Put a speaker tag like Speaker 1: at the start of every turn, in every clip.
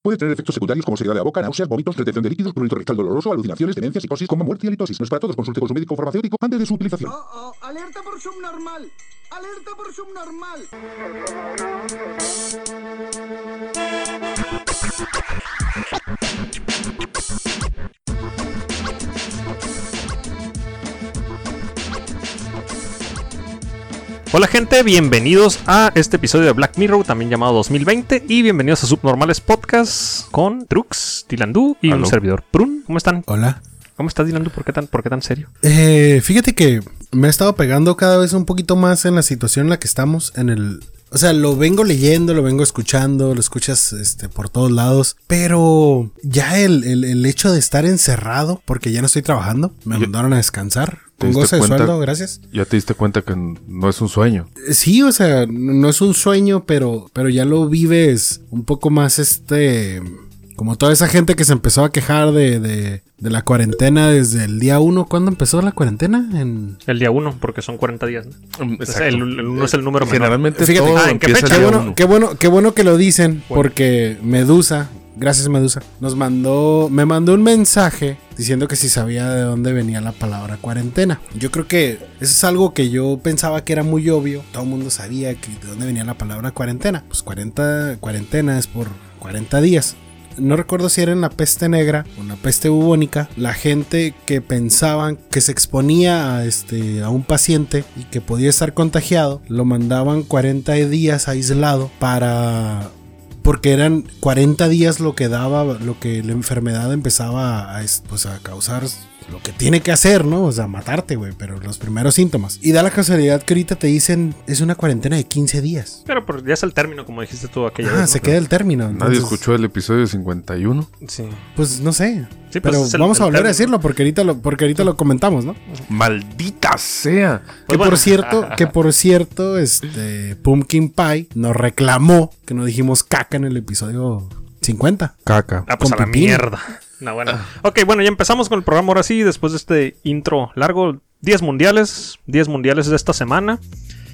Speaker 1: Puede tener efectos secundarios como sequedad de la boca, náuseas, vómitos, retención de líquidos, prurito rectal doloroso, alucinaciones, demencia, psicosis, coma, muerte y halitosis. No es para todos. Consulte con su médico o farmacéutico antes de su utilización.
Speaker 2: Oh, oh, alerta por subnormal. Alerta por subnormal.
Speaker 3: Hola gente, bienvenidos a este episodio de Black Mirror, también llamado 2020, y bienvenidos a Subnormales Podcast con Trux, Dilandú y un
Speaker 4: Aló.
Speaker 3: servidor Prun. ¿Cómo están?
Speaker 4: Hola.
Speaker 3: ¿Cómo estás Dilandú? ¿Por qué tan, por qué tan serio?
Speaker 4: Eh, fíjate que me he estado pegando cada vez un poquito más en la situación en la que estamos, en el... O sea, lo vengo leyendo, lo vengo escuchando, lo escuchas este, por todos lados, pero ya el, el- el hecho de estar encerrado, porque ya no estoy trabajando, me mandaron a descansar, ¿Te con diste goce de cuenta? sueldo, gracias. Eh,
Speaker 5: ya te diste cuenta que n- no es un sueño.
Speaker 4: Sí, o sea, no es un sueño, pero, pero ya lo vives un poco más este... Como toda esa gente que se empezó a quejar de, de- de la cuarentena desde el día uno. ¿Cuándo empezó la cuarentena? En...
Speaker 3: El día 1, porque son 40 días. ¿no? O sea, Mm, el, el uno es el número menor.
Speaker 5: Generalmente
Speaker 4: Fíjate,
Speaker 5: todo
Speaker 3: ah, ¿en qué
Speaker 5: empieza
Speaker 3: fecha?
Speaker 4: Qué
Speaker 5: el día
Speaker 4: bueno,
Speaker 5: uno.
Speaker 4: qué bueno, qué bueno que lo dicen, porque Medusa, gracias Medusa, nos mandó, me mandó un mensaje diciendo que si sabía de dónde venía la palabra cuarentena. Yo creo que eso es algo que yo pensaba que era muy obvio. Todo el mundo sabía que de dónde venía la palabra cuarentena. Pues 40, cuarentena es por 40 días. No recuerdo si era en la peste negra o en la peste bubónica, la gente que pensaban que se exponía a, este, a un paciente y que podía estar contagiado, lo mandaban 40 días aislado para... Porque eran 40 días lo que daba, lo que la enfermedad empezaba a, es- pues, a causar lo que tiene que hacer, ¿no? O sea, matarte, güey, pero los primeros síntomas. Y da la casualidad que ahorita te dicen, es una cuarentena de 15 días.
Speaker 3: Pero pues, ya es el término, como dijiste tú aquella
Speaker 4: Ah,
Speaker 3: vez, ¿no?
Speaker 4: se queda el término.
Speaker 5: Nadie
Speaker 4: entonces-
Speaker 5: escuchó el episodio 51.
Speaker 3: Sí.
Speaker 4: Pues no sé.
Speaker 3: Sí, pues,
Speaker 4: pero
Speaker 3: es el-
Speaker 4: vamos a
Speaker 3: el
Speaker 4: volver a
Speaker 3: término.
Speaker 4: decirlo porque ahorita lo, porque ahorita lo comentamos, ¿no? Que
Speaker 5: ¡Maldita sea!
Speaker 3: Pues bueno.
Speaker 4: por cierto, que por cierto, este Pumpkin Pie nos reclamó que no dijimos caca en el episodio 50.
Speaker 5: Caca.
Speaker 3: Ah, pues a
Speaker 4: Con
Speaker 3: la
Speaker 4: pepino.
Speaker 3: mierda. No, bueno. Ok, bueno, ya empezamos con el programa ahora sí, después de este intro largo. 10 mundiales, 10 mundiales de esta semana.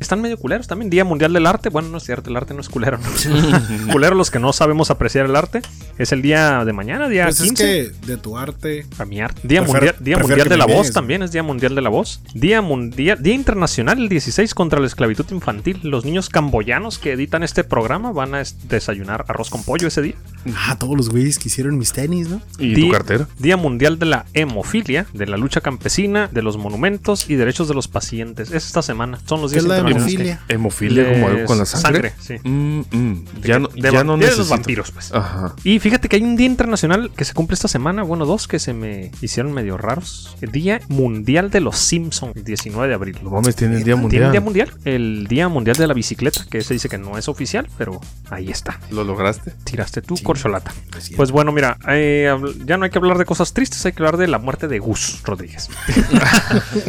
Speaker 3: Están medio culeros también. Día Mundial del Arte. Bueno, no es cierto, el arte no es culero. ¿no? culero los que no sabemos apreciar el arte. Es el día de mañana, día
Speaker 4: Pues
Speaker 3: 15.
Speaker 4: es que de tu arte.
Speaker 3: A mi arte. Día
Speaker 4: Prefiero-
Speaker 3: Mundial, Día
Speaker 4: prefiero
Speaker 3: mundial
Speaker 4: que
Speaker 3: de
Speaker 4: me
Speaker 3: la Voz
Speaker 4: niegues,
Speaker 3: también es Día Mundial de la Voz. Día Mundial, Día Internacional el 16 contra la esclavitud infantil. Los niños camboyanos que editan este programa van a es- desayunar arroz con pollo ese día.
Speaker 4: Ah, todos los güeyes que hicieron mis tenis, ¿no?
Speaker 5: ¿Y
Speaker 3: Día-
Speaker 5: tu cartera?
Speaker 3: Día Mundial de la Hemofilia, de la lucha campesina, de los monumentos y derechos de los pacientes. Es esta semana. Son los
Speaker 4: ¿Qué
Speaker 3: días
Speaker 4: es
Speaker 3: internacionales que-
Speaker 4: la hemofilia?
Speaker 5: ¿Hemofilia
Speaker 3: de-
Speaker 5: como algo con la sangre?
Speaker 3: sangre, sí.
Speaker 5: Mm, mm. Ya no,
Speaker 3: de-
Speaker 5: ya no
Speaker 3: de los
Speaker 5: necesito. Ah.
Speaker 3: vampiros, pues.
Speaker 5: Ajá.
Speaker 3: Y fíjate que hay un día internacional que se cumple esta semana, bueno, dos que se me hicieron medio raros. El Día Mundial de los Simpsons, el 19 de abril.
Speaker 5: No mames, tiene el día
Speaker 3: Tiene
Speaker 5: mundial.
Speaker 3: un día mundial, el Día Mundial de la Bicicleta, que se dice que no es oficial, pero ahí está.
Speaker 5: ¿Lo lograste?
Speaker 3: Tiraste tú, corcholata.
Speaker 4: Así es.
Speaker 3: Pues bueno, mira, eh, habl- ya no hay que hablar de cosas tristes, hay que hablar de la muerte de Gus Rodríguez.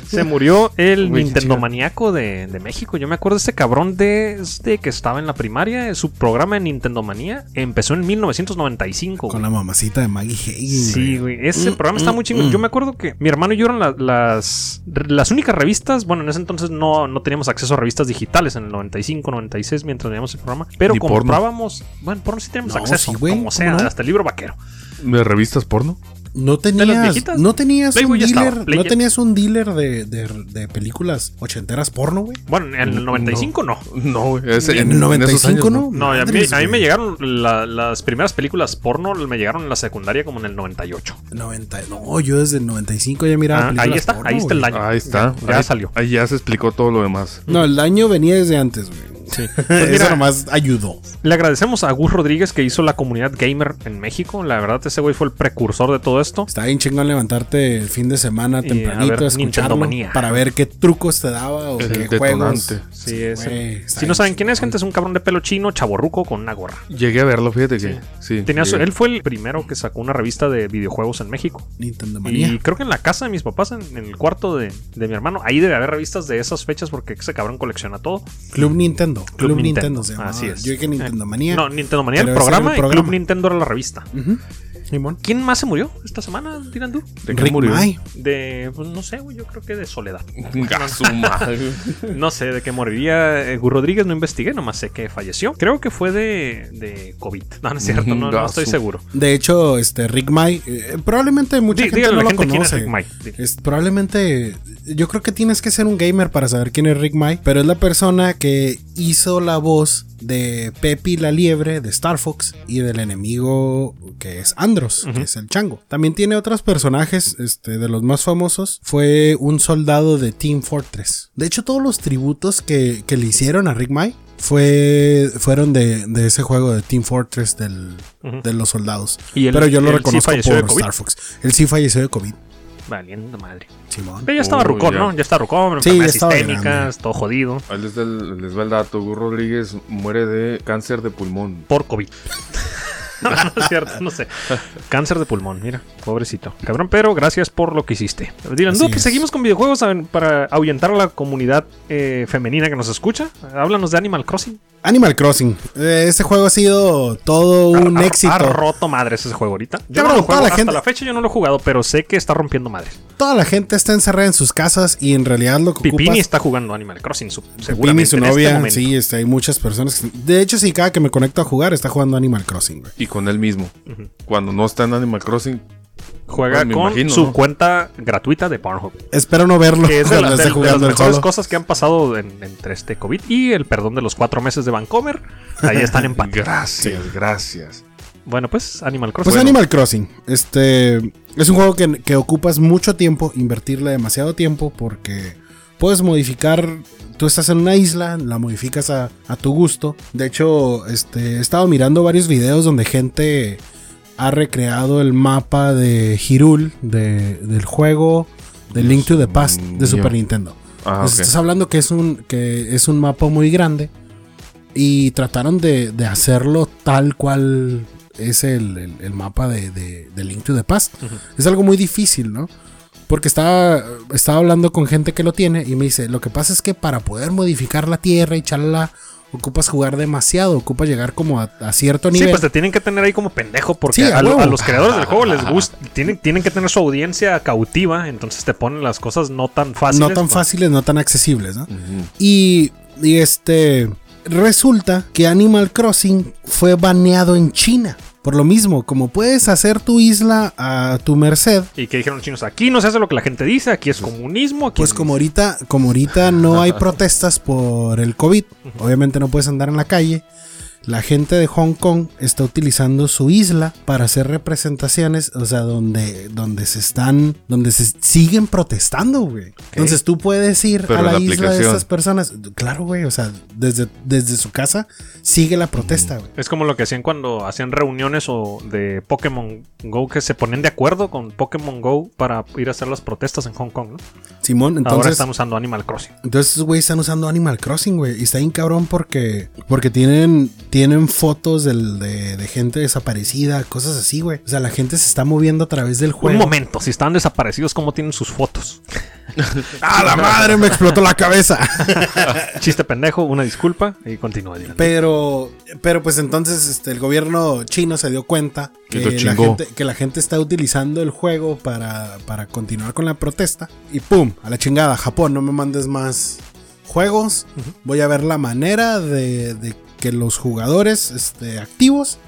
Speaker 3: Se murió el
Speaker 5: Güey, qué
Speaker 3: Nintendo
Speaker 5: chido.
Speaker 3: Maníaco de, de México. Yo me acuerdo de este cabrón de, de que estaba en la primaria. Su programa de Nintendo Manía empezó en 1995. güey.
Speaker 4: Con la mamacita de Maggie Higgins.
Speaker 3: Sí,
Speaker 4: güey.
Speaker 3: güey. Ese
Speaker 4: Mm,
Speaker 3: programa está
Speaker 4: mm,
Speaker 3: muy chingón.
Speaker 4: mm.
Speaker 3: Yo me acuerdo que mi hermano y yo eran la- las, las únicas revistas. Bueno, en ese entonces no, no teníamos acceso a revistas digitales en el 95, 96, mientras veíamos el programa. Pero
Speaker 5: Ni porno.
Speaker 3: comprábamos. Bueno, porno sí teníamos
Speaker 4: No,
Speaker 3: acceso.
Speaker 4: sí, güey,
Speaker 3: como
Speaker 4: ¿cómo
Speaker 3: sea,
Speaker 4: no?
Speaker 3: hasta el libro vaquero.
Speaker 5: ¿De revistas porno?
Speaker 4: No
Speaker 3: las
Speaker 4: tenías,
Speaker 3: viejitas?
Speaker 4: no tenías un
Speaker 3: Playboy ya estaba,
Speaker 4: dealer,
Speaker 3: Play-
Speaker 4: no tenías un dealer de, de, de películas ochenteras porno, güey.
Speaker 3: Bueno, en el
Speaker 5: No.
Speaker 3: 95 no.
Speaker 5: No, güey. ese-
Speaker 4: En el
Speaker 5: esos
Speaker 4: 95
Speaker 5: años,
Speaker 4: no.
Speaker 3: No, y a mí,
Speaker 4: Madres,
Speaker 3: a mí me
Speaker 4: güey.
Speaker 3: llegaron la- las primeras películas porno, me llegaron en la secundaria como en el 98.
Speaker 4: 90, no, yo desde el 95 ya miraba.
Speaker 3: Ah, ahí
Speaker 4: películas
Speaker 3: está,
Speaker 4: porno,
Speaker 3: ahí está el
Speaker 4: güey.
Speaker 3: daño.
Speaker 5: Ahí está.
Speaker 3: Ya
Speaker 5: ahí,
Speaker 3: salió.
Speaker 5: Ahí ya se explicó todo lo demás.
Speaker 4: No, el daño venía desde antes, güey. Pues
Speaker 3: Sí.
Speaker 4: Eso nomás ayudó.
Speaker 3: Le agradecemos a Gus Rodríguez que hizo la comunidad gamer en México. La verdad, ese güey fue el precursor de todo esto.
Speaker 4: Está bien chingón levantarte el fin de semana
Speaker 3: Y, Eh,
Speaker 4: tempranito
Speaker 3: a
Speaker 4: a,
Speaker 3: ver,
Speaker 4: escucharlo
Speaker 3: Nintendomanía.
Speaker 4: para ver qué trucos te daba o
Speaker 5: El
Speaker 4: qué juegos.
Speaker 5: detonante.
Speaker 3: Sí, es.
Speaker 4: Güey, está
Speaker 3: Si no
Speaker 4: bien
Speaker 3: saben quién es,
Speaker 4: chingón.
Speaker 3: gente, es un cabrón de pelo chino, chaborruco con una gorra.
Speaker 5: Llegué a verlo, fíjate que. Sí.
Speaker 3: Tenía su-
Speaker 5: llegué.
Speaker 3: él fue el primero que sacó una revista de videojuegos en México.
Speaker 4: Nintendo
Speaker 3: Y
Speaker 4: Manía.
Speaker 3: creo que en la casa de mis papás, en, en el cuarto de, de mi hermano, ahí debe haber revistas de esas fechas porque ese cabrón colecciona todo.
Speaker 4: Club Nintendo. Nintendo. Club, Nintendo, se llamaba.
Speaker 3: Así es.
Speaker 4: Yo dije Nintendo
Speaker 3: Eh,
Speaker 4: Manía.
Speaker 3: No, Nintendo Manía, el
Speaker 4: Pero ese era
Speaker 3: programa,
Speaker 4: el
Speaker 3: y Club
Speaker 4: programa.
Speaker 3: Nintendo era la revista.
Speaker 4: Ujú. Simón.
Speaker 3: ¿Quién más se murió esta semana, dirán tú?
Speaker 5: ¿De qué
Speaker 4: Rick
Speaker 5: murió?
Speaker 4: May.
Speaker 3: De, pues no sé, güey, yo creo que de soledad.
Speaker 5: Ah, su madre.
Speaker 3: No sé de qué moriría. eh, Gus Rodríguez no investigué, nomás sé que falleció. Creo que fue de, de COVID. No, no es cierto, no, no
Speaker 4: Ah,
Speaker 3: estoy
Speaker 5: Gasu.
Speaker 3: seguro.
Speaker 4: De hecho, este Rick May, eh, probablemente mucha
Speaker 3: Dí-
Speaker 4: gente
Speaker 3: dígale a
Speaker 4: no
Speaker 3: la
Speaker 4: lo
Speaker 3: gente quién es
Speaker 4: conoce.
Speaker 3: Rick May. Dí-
Speaker 4: Es- probablemente, yo creo que tienes que ser un gamer para saber quién es Rick May, pero es la persona que hizo la voz de Pepi la liebre de Star Fox y del enemigo que es Andros, que es el chango. También tiene otros personajes, este, de los más famosos, fue un soldado de Team Fortress. De hecho, todos los tributos que, que le hicieron a Rick May fue, fueron de, de ese juego de Team Fortress del, de los soldados.
Speaker 3: Y él-
Speaker 4: pero yo lo
Speaker 3: él sí
Speaker 4: reconozco
Speaker 3: falleció de
Speaker 4: por
Speaker 3: COVID.
Speaker 4: Star Fox. Él sí falleció de COVID.
Speaker 3: Valiendo madre.
Speaker 4: Simón.
Speaker 3: Pero ya estaba
Speaker 5: Oh,
Speaker 3: rucón,
Speaker 5: ya.
Speaker 3: ¿no? Ya está rucón,
Speaker 4: Eh, Sí,
Speaker 3: enfermedades
Speaker 4: ya estaba
Speaker 3: sistémicas,
Speaker 4: grande.
Speaker 3: todo jodido.
Speaker 5: Ahí les, da el- les va el dato. Gus Rodríguez muere de cáncer de pulmón.
Speaker 3: Por COVID. no, no es cierto, no sé. Cáncer de pulmón, mira, pobrecito. Cabrón, pero gracias por lo que hiciste. Dylan,
Speaker 4: Así
Speaker 3: ¿no? que
Speaker 4: es.
Speaker 3: seguimos con videojuegos ¿saben? para ahuyentar a la comunidad eh, femenina que nos escucha. Háblanos de Animal Crossing.
Speaker 4: Animal Crossing. Eh, este juego ha sido todo un
Speaker 3: Ha-
Speaker 4: éxito.
Speaker 3: Ha roto madres ese juego ahorita. Yo no
Speaker 4: Cabrón,
Speaker 3: lo juego,
Speaker 4: toda la
Speaker 3: hasta
Speaker 4: gente-
Speaker 3: la fecha yo no lo he jugado, pero sé que está rompiendo madres.
Speaker 4: Toda la gente está encerrada en sus casas y en realidad lo que
Speaker 3: Pipini
Speaker 4: ocupas-
Speaker 3: está jugando Animal Crossing, su-
Speaker 4: Pipini y
Speaker 3: seguramente
Speaker 4: su
Speaker 3: en este
Speaker 4: novia.
Speaker 3: momento.
Speaker 4: sí, este, hay muchas personas. que- de hecho, sí, cada que me conecto a jugar está jugando Animal Crossing, güey.
Speaker 5: Y con él mismo. Cuando no está en Animal Crossing.
Speaker 3: Juega
Speaker 5: Pues me
Speaker 3: con
Speaker 5: imagino,
Speaker 3: su
Speaker 5: ¿no?
Speaker 3: cuenta gratuita de Pornhub.
Speaker 4: Espero no verlo
Speaker 3: que es de,
Speaker 4: cuando
Speaker 3: la-
Speaker 4: esté
Speaker 3: de- de las
Speaker 4: jugando él
Speaker 3: mejores
Speaker 4: solo.
Speaker 3: cosas que han pasado en- entre este COVID y el perdón de los cuatro meses de Vancomer. Ahí están en empate.
Speaker 5: Gracias, gracias.
Speaker 3: bueno, pues Animal Crossing.
Speaker 4: Pues Animal Crossing, este es un juego que, que ocupas mucho tiempo, invertirle demasiado tiempo porque puedes modificar, tú estás en una isla, la modificas a, a tu gusto. De hecho, este, he estado mirando varios videos donde gente ha recreado el mapa de Hirul de- del juego de Link to the Past de Super
Speaker 5: mío.
Speaker 4: Nintendo.
Speaker 5: Ah,
Speaker 4: Pues
Speaker 5: ok.
Speaker 4: Estás hablando que es un que es un mapa muy grande y trataron de, de hacerlo tal cual es el, el- el mapa de, de- de Link to the Past. Es algo muy difícil, ¿no? Porque estaba, estaba hablando con gente que lo tiene y me dice, lo que pasa es que para poder modificar la tierra y chalala, ocupas jugar demasiado, ocupas llegar como a, a cierto
Speaker 3: Sí,
Speaker 4: nivel.
Speaker 3: pues te tienen que tener ahí como pendejo porque
Speaker 4: Sí,
Speaker 3: a,
Speaker 4: a
Speaker 3: lo-
Speaker 4: huevo. Ah.
Speaker 3: a los creadores del juego les gusta, tienen, tienen que tener su audiencia cautiva, entonces te ponen las cosas no tan fáciles.
Speaker 4: no tan
Speaker 3: pues,
Speaker 4: fáciles, no tan accesibles, ¿no?
Speaker 5: Ujú.
Speaker 4: Y, y este resulta que Animal Crossing fue baneado en China. Por lo mismo, como puedes hacer tu isla a tu merced,
Speaker 3: Y que dijeron los chinos, aquí no se hace lo que la gente dice, aquí es comunismo, aquí
Speaker 4: pues
Speaker 3: es-
Speaker 4: como ahorita, como ahorita no hay protestas por el COVID, obviamente no puedes andar en la calle. La gente de Hong Kong está utilizando su isla para hacer representaciones, o sea, donde, donde se están, donde se siguen protestando, güey. Entonces tú puedes ir
Speaker 5: Pero
Speaker 4: a la,
Speaker 5: la
Speaker 4: isla de
Speaker 5: aplicación.
Speaker 4: estas personas. Claro, güey, o sea, desde, desde su casa sigue la protesta, güey.
Speaker 3: Es como lo que hacían cuando hacían reuniones o de Pokémon Go que se ponían de acuerdo con Pokémon Go para ir a hacer las protestas en Hong Kong. ¿no?
Speaker 4: Simón,
Speaker 3: Ahora
Speaker 4: entonces...
Speaker 3: están usando Animal Crossing.
Speaker 4: Entonces, esos güeyes están usando Animal Crossing, güey. Y está bien cabrón porque, porque tienen, tienen fotos del- de, de gente desaparecida, cosas así, güey. O sea, la gente se está moviendo a través del juego.
Speaker 3: Un momento, si están desaparecidos, ¿cómo tienen sus fotos?
Speaker 4: ¡Ah, la madre! Me explotó la cabeza.
Speaker 3: Chiste pendejo, una disculpa y continúa. Dylan.
Speaker 4: Pero, pero pues entonces este, el gobierno chino se dio cuenta
Speaker 5: Que
Speaker 4: que,
Speaker 5: lo
Speaker 4: la
Speaker 5: chingó.
Speaker 4: gente, que la gente está utilizando el juego para, para continuar con la protesta. Y pum, a la chingada, Japón, no me mandes más juegos. Voy a ver la manera de, de que los jugadores este, activos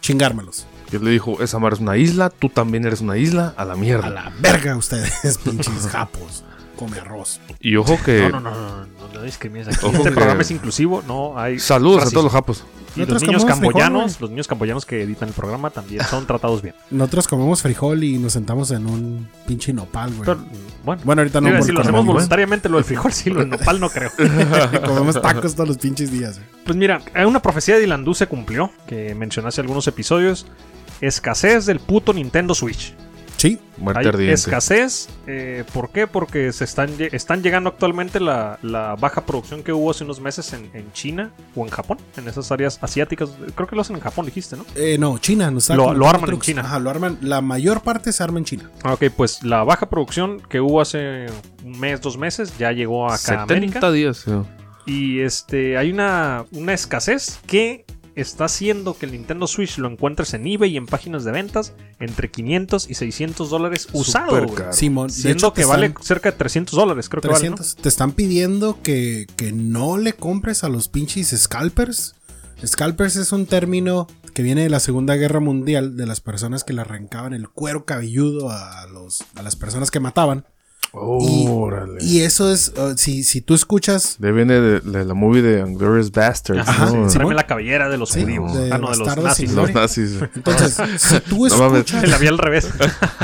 Speaker 4: chingármelos.
Speaker 5: Yo le dijo, esa mar es una isla, tú también eres una isla, a la mierda.
Speaker 4: A la verga ustedes, pinches japos. Come arroz.
Speaker 5: Y ojo que...
Speaker 3: No, no, no, no, no, no discrimines aquí.
Speaker 5: Eh, Ojo
Speaker 3: Este
Speaker 5: que-
Speaker 3: programa es inclusivo, no hay.
Speaker 5: Saludos a
Speaker 3: racismo.
Speaker 5: todos los japos.
Speaker 3: Y los
Speaker 4: No traes
Speaker 3: niños
Speaker 4: camotes, frijol,
Speaker 3: camboyanos,
Speaker 4: güey.
Speaker 3: los niños camboyanos que editan el programa también son tratados bien.
Speaker 4: Nosotros comemos frijol y nos sentamos en un pinche nopal, güey.
Speaker 3: Pero, mm, bueno,
Speaker 4: Bueno, ahorita no.
Speaker 3: Digo,
Speaker 4: por
Speaker 3: si lo hacemos
Speaker 4: coronavirus.
Speaker 3: voluntariamente, lo del frijol sí, lo del nopal no creo.
Speaker 4: Comemos tacos todos los pinches días, güey.
Speaker 3: Pues mira, eh, una profecía de Dilandú se cumplió, que mencioné hace algunos episodios. Escasez del puto Nintendo Switch.
Speaker 4: Sí,
Speaker 5: Muerte
Speaker 3: Hay
Speaker 5: ardiente.
Speaker 3: escasez. eh, ¿Por qué? Porque se están, lle- están llegando actualmente la, la baja producción que hubo hace unos meses en, en China o en Japón, en esas áreas asiáticas. Creo que lo hacen en Japón, dijiste, ¿no?
Speaker 4: Eh, no, China. Nos
Speaker 3: Lo- lo arman en China.
Speaker 4: Ajá, lo arman. La mayor parte se arma en China.
Speaker 3: Ah, Ok, pues la baja producción que hubo hace un mes, dos meses, ya llegó acá a
Speaker 5: 70
Speaker 3: América.
Speaker 5: días. sí.
Speaker 3: Y este, hay una, una escasez que está haciendo que el Nintendo Switch lo encuentres en eBay y en páginas de ventas entre 500 y 600 dólares usado.
Speaker 5: Súper
Speaker 3: güey.
Speaker 5: caro.
Speaker 4: Simón, de
Speaker 3: Siendo
Speaker 4: hecho, te
Speaker 3: que vale
Speaker 4: están-
Speaker 3: cerca de 300 dólares, creo que vale. ¿no?
Speaker 4: 300. Te están pidiendo que, que no le compres a los pinches scalpers. Scalpers es un término que viene de la Segunda Guerra Mundial, de las personas que le arrancaban el cuero cabelludo a, los, a las personas que mataban. Y-
Speaker 5: Órale.
Speaker 4: Y, eso es, uh, si, si tú escuchas
Speaker 5: De viene de, de la movie de Unglorious Bastards.
Speaker 3: Ajá,
Speaker 5: ¿no?
Speaker 4: sí,
Speaker 3: tráeme
Speaker 4: Simón.
Speaker 3: la cabellera de los
Speaker 4: Sí,
Speaker 3: judíos.
Speaker 4: de
Speaker 3: ah, no, de los
Speaker 4: bastardos
Speaker 3: nazis.
Speaker 4: sin
Speaker 3: ¿no?
Speaker 5: Los nazis.
Speaker 4: Entonces, si tú
Speaker 5: No mames.
Speaker 4: escuchas.
Speaker 3: La vi al revés.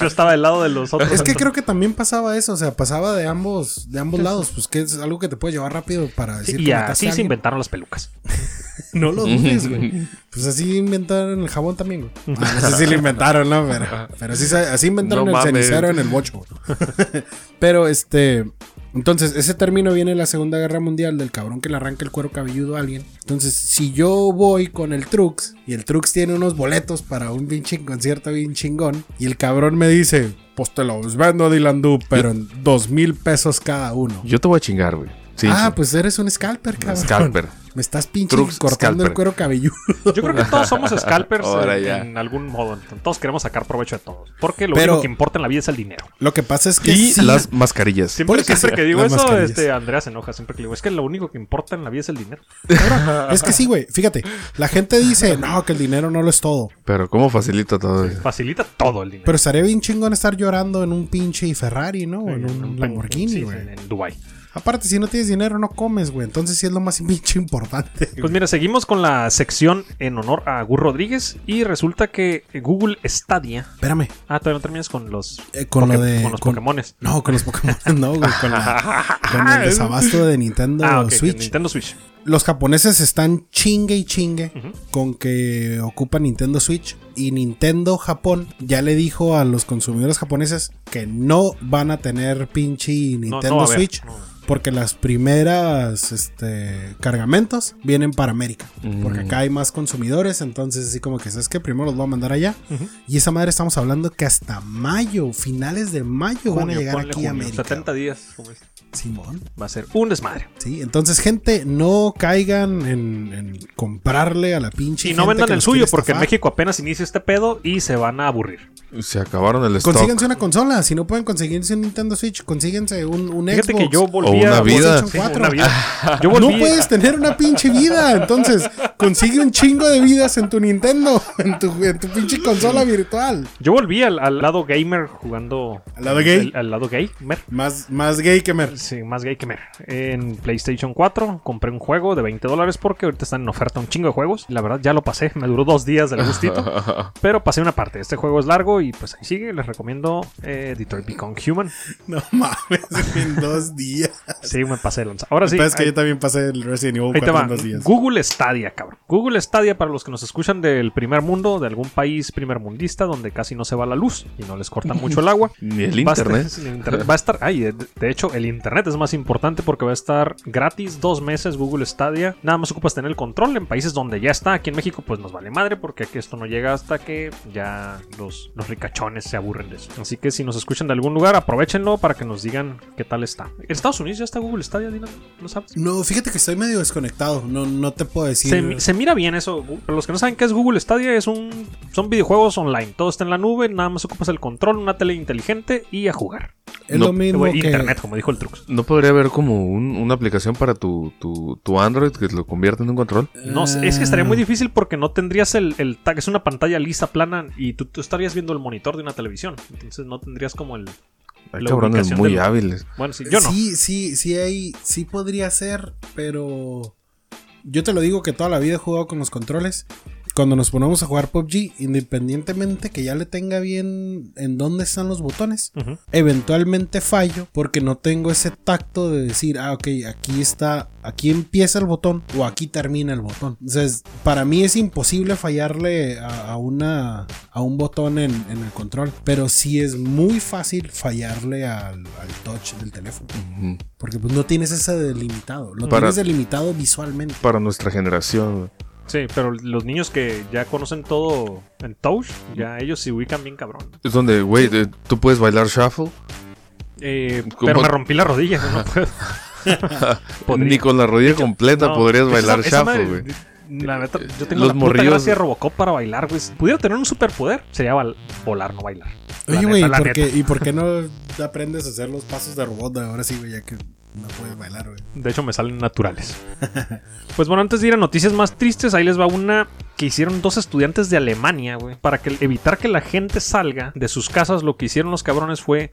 Speaker 3: Yo estaba del lado de los otros.
Speaker 4: Es que
Speaker 3: entonces-
Speaker 4: creo que también pasaba eso, o sea, pasaba de ambos, de ambos lados, pues que es algo que te puede llevar rápido para decir
Speaker 3: Sí, y
Speaker 4: que mataste
Speaker 3: así
Speaker 4: a
Speaker 3: se
Speaker 4: alguien.
Speaker 3: inventaron las pelucas.
Speaker 4: No lo dudes, güey. Pues así inventaron el jabón también, güey. Ah, no sé si lo inventaron, ¿no? Pero, pero así, se- así inventaron
Speaker 5: No
Speaker 4: el
Speaker 5: mames.
Speaker 4: cenicero en el bocho. güey. pero este. Entonces, ese término viene de la Segunda Guerra Mundial, del cabrón que le arranca el cuero cabelludo a alguien. Entonces, si yo voy con el Trux y el Trux tiene unos boletos para un pinche concierto bien chingón, y el cabrón me dice, pues te los vendo, Dylan Du, pero en dos mil pesos cada uno.
Speaker 5: Yo te voy a chingar, güey. Sí.
Speaker 4: ah,
Speaker 5: sí.
Speaker 4: pues eres un scalper, cabrón.
Speaker 5: Scalper.
Speaker 4: Me estás pinche
Speaker 5: Trux
Speaker 4: cortando
Speaker 5: scalper.
Speaker 4: el cuero cabelludo.
Speaker 3: Yo creo que todos somos scalpers
Speaker 5: Ahora
Speaker 3: en,
Speaker 5: ya.
Speaker 3: en algún modo. entonces, Todos queremos sacar provecho de todos. Porque lo
Speaker 4: Pero-
Speaker 3: único que importa en la vida es el dinero.
Speaker 4: Lo que pasa es que
Speaker 5: Y
Speaker 4: sí,
Speaker 5: las mascarillas.
Speaker 3: Siempre,
Speaker 4: Ponle que
Speaker 3: siempre
Speaker 4: sí,
Speaker 3: que digo
Speaker 4: las
Speaker 3: eso,
Speaker 4: mascarillas.
Speaker 3: este, Andrea se enoja. Siempre que le digo, es que lo único que importa en la vida es el dinero.
Speaker 4: cabrón, es que sí, güey. Fíjate, la gente dice, no, que el dinero no lo es todo.
Speaker 5: Pero ¿cómo facilita todo eso?
Speaker 3: Facilita todo el dinero.
Speaker 4: Pero estaría bien chingón estar llorando en un pinche Ferrari, ¿no? O
Speaker 3: Sí,
Speaker 4: en un,
Speaker 3: pen-
Speaker 4: Lamborghini,
Speaker 3: sí,
Speaker 4: güey.
Speaker 3: en, en Dubai.
Speaker 4: Aparte, si no tienes dinero, no comes, güey. Entonces sí es lo más pinche importante.
Speaker 3: Pues mira, seguimos con la sección en honor a Gur Rodríguez. Y resulta que Google Stadia.
Speaker 4: Espérame.
Speaker 3: Ah, todavía no terminas con los,
Speaker 4: eh, con lo
Speaker 3: Poké-
Speaker 4: de.
Speaker 3: con los Pokémones.
Speaker 4: No, con los Pokémon, no, güey. Con, la- con el desabasto de Nintendo
Speaker 3: Ah, ok,
Speaker 4: Switch.
Speaker 3: Nintendo Switch.
Speaker 4: los japoneses están chingue y chingue
Speaker 3: Ujú.
Speaker 4: con que ocupan Nintendo Switch y Nintendo Japón ya le dijo a los consumidores japoneses que no van a tener pinche
Speaker 3: No,
Speaker 4: Nintendo
Speaker 3: no va a haber,
Speaker 4: Switch
Speaker 3: no.
Speaker 4: porque las primeras este, cargamentos vienen para América porque acá hay más consumidores entonces así como que sabes que primero los voy a mandar allá
Speaker 3: Ujú.
Speaker 4: y esa madre estamos hablando que hasta mayo finales de mayo van a
Speaker 3: Junio,
Speaker 4: llegar
Speaker 3: ponle
Speaker 4: aquí
Speaker 3: junio,
Speaker 4: a América
Speaker 3: 70 días. como es.
Speaker 4: Simón
Speaker 3: Va a ser un desmadre.
Speaker 4: Sí, entonces, gente, no caigan en, en comprarle a la pinche.
Speaker 3: Y no
Speaker 4: gente
Speaker 3: vendan
Speaker 4: que
Speaker 3: el
Speaker 4: los
Speaker 3: suyo
Speaker 4: quiere
Speaker 3: porque en
Speaker 4: estafar.
Speaker 3: México apenas inicia este pedo y se van a aburrir.
Speaker 5: Se acabaron el stock.
Speaker 4: Consíguense una consola. Si no pueden conseguirse un Nintendo Switch, consíguense un, un
Speaker 3: Fíjate
Speaker 4: Xbox.
Speaker 3: que yo volví
Speaker 5: O
Speaker 3: a...
Speaker 5: una vida.
Speaker 3: Sí,
Speaker 4: Cuatro.
Speaker 3: una vida. Yo volví
Speaker 4: No puedes tener una pinche vida. Entonces, consigue un chingo de vidas en tu Nintendo, en tu, en tu pinche consola virtual.
Speaker 3: Yo volví al, al lado gamer jugando...
Speaker 4: ¿Al lado gay?
Speaker 3: el- al lado gay, mer.
Speaker 4: Más, más gay que mer.
Speaker 3: Sí, más gay que mer. En PlayStation 4 compré un juego de 20 dólares porque ahorita están en oferta un chingo de juegos. La verdad ya lo pasé, me duró dos días del gustito. Pero pasé una parte. Este juego es largo y pues ahí sigue. Les recomiendo eh, Detroit Become Human.
Speaker 4: No mames, en dos días.
Speaker 3: Sí, me pasé de lanza. Ahora Ah, sí.
Speaker 4: Pero es que
Speaker 3: ahí-
Speaker 4: yo también pasé el Resident Evil
Speaker 3: Ahí te
Speaker 4: 4 en
Speaker 3: va.
Speaker 4: dos días.
Speaker 3: Google Stadia, cabrón. Google Stadia para los que nos escuchan del primer mundo, de algún país primermundista donde casi no se va la luz y no les corta mucho el agua.
Speaker 5: Ni el
Speaker 3: Va a estar-
Speaker 5: internet.
Speaker 3: el internet- Va a estar, ay, de- de hecho, el internet es más importante porque va a estar gratis dos meses Google Stadia. Nada más ocupas tener el control en países donde ya está. Aquí en México, pues nos vale madre porque aquí esto no llega hasta que ya los, los ricachones se aburren de eso. Así que si nos escuchan de algún lugar, aprovechenlo para que nos digan qué tal está. En Estados Unidos ya está Google Stadia, Dylan, ¿lo sabes?
Speaker 4: No, fíjate que estoy medio desconectado. No, no te puedo decir.
Speaker 3: Se, mi- se mira bien eso. Para los que no saben qué es Google Stadia, es un, son videojuegos online. Todo está en la nube, nada más ocupas el control, una tele inteligente y a jugar.
Speaker 4: Es
Speaker 5: No,
Speaker 4: lo mismo
Speaker 3: Güey,
Speaker 4: que
Speaker 3: Internet, como dijo el Trux.
Speaker 5: ¿No podría haber como un- una aplicación para tu, tu, tu Android que lo convierta en un control?
Speaker 3: No, sé, es que estaría
Speaker 5: Ah.
Speaker 3: muy difícil porque no tendrías el, el tag. Es una pantalla lisa, plana, y tú, tú estarías viendo el monitor de una televisión. Entonces no tendrías como el...
Speaker 5: Hay
Speaker 3: La
Speaker 5: cabrones
Speaker 3: ubicación
Speaker 5: muy
Speaker 3: del-
Speaker 5: hábiles.
Speaker 3: Bueno, sí, yo no.
Speaker 4: Sí, sí, sí hay, sí podría ser, pero yo te lo digo que toda la vida he jugado con los controles. Cuando nos ponemos a jugar PUBG, independientemente que ya le tenga bien en dónde están los botones,
Speaker 3: Ujú.
Speaker 4: eventualmente fallo porque no tengo ese tacto de decir, ah, ok, aquí está, aquí empieza el botón o aquí termina el botón. Entonces, para mí es imposible fallarle a, a una, a un botón en, en el control, pero sí es muy fácil fallarle al, al touch del teléfono.
Speaker 5: Ujú.
Speaker 4: Porque pues no tienes ese delimitado, lo
Speaker 5: Para-
Speaker 4: tienes delimitado visualmente.
Speaker 5: Para nuestra generación.
Speaker 3: Sí, pero los niños que ya conocen todo en touch, ya ellos se ubican bien cabrón.
Speaker 5: Es donde, güey, eh, tú puedes bailar shuffle.
Speaker 3: Eh,
Speaker 5: ¿Cómo?
Speaker 3: pero me rompí la rodilla, no puedo.
Speaker 5: Ni con la rodilla completa
Speaker 3: No,
Speaker 5: podrías
Speaker 3: esa-
Speaker 5: bailar
Speaker 3: esa
Speaker 5: chafo,
Speaker 3: madre,
Speaker 5: güey.
Speaker 3: La neta, yo tengo
Speaker 5: Los
Speaker 3: la puta
Speaker 5: morrillos-
Speaker 3: gracia de Robocop para bailar, güey. Si pudiera tener un superpoder, sería val- volar, no bailar. La
Speaker 4: Oye,
Speaker 3: neta,
Speaker 4: güey, ¿y
Speaker 3: la
Speaker 4: por
Speaker 3: neta.
Speaker 4: qué- ¿y por qué no aprendes a hacer los pasos de robot de ahora sí, güey? Ya que no puedes bailar, güey.
Speaker 3: De hecho, me salen naturales. Pues bueno, antes de ir a noticias más tristes, ahí les va una que hicieron dos estudiantes de Alemania, güey. Para que, evitar que la gente salga de sus casas, lo que hicieron los cabrones fue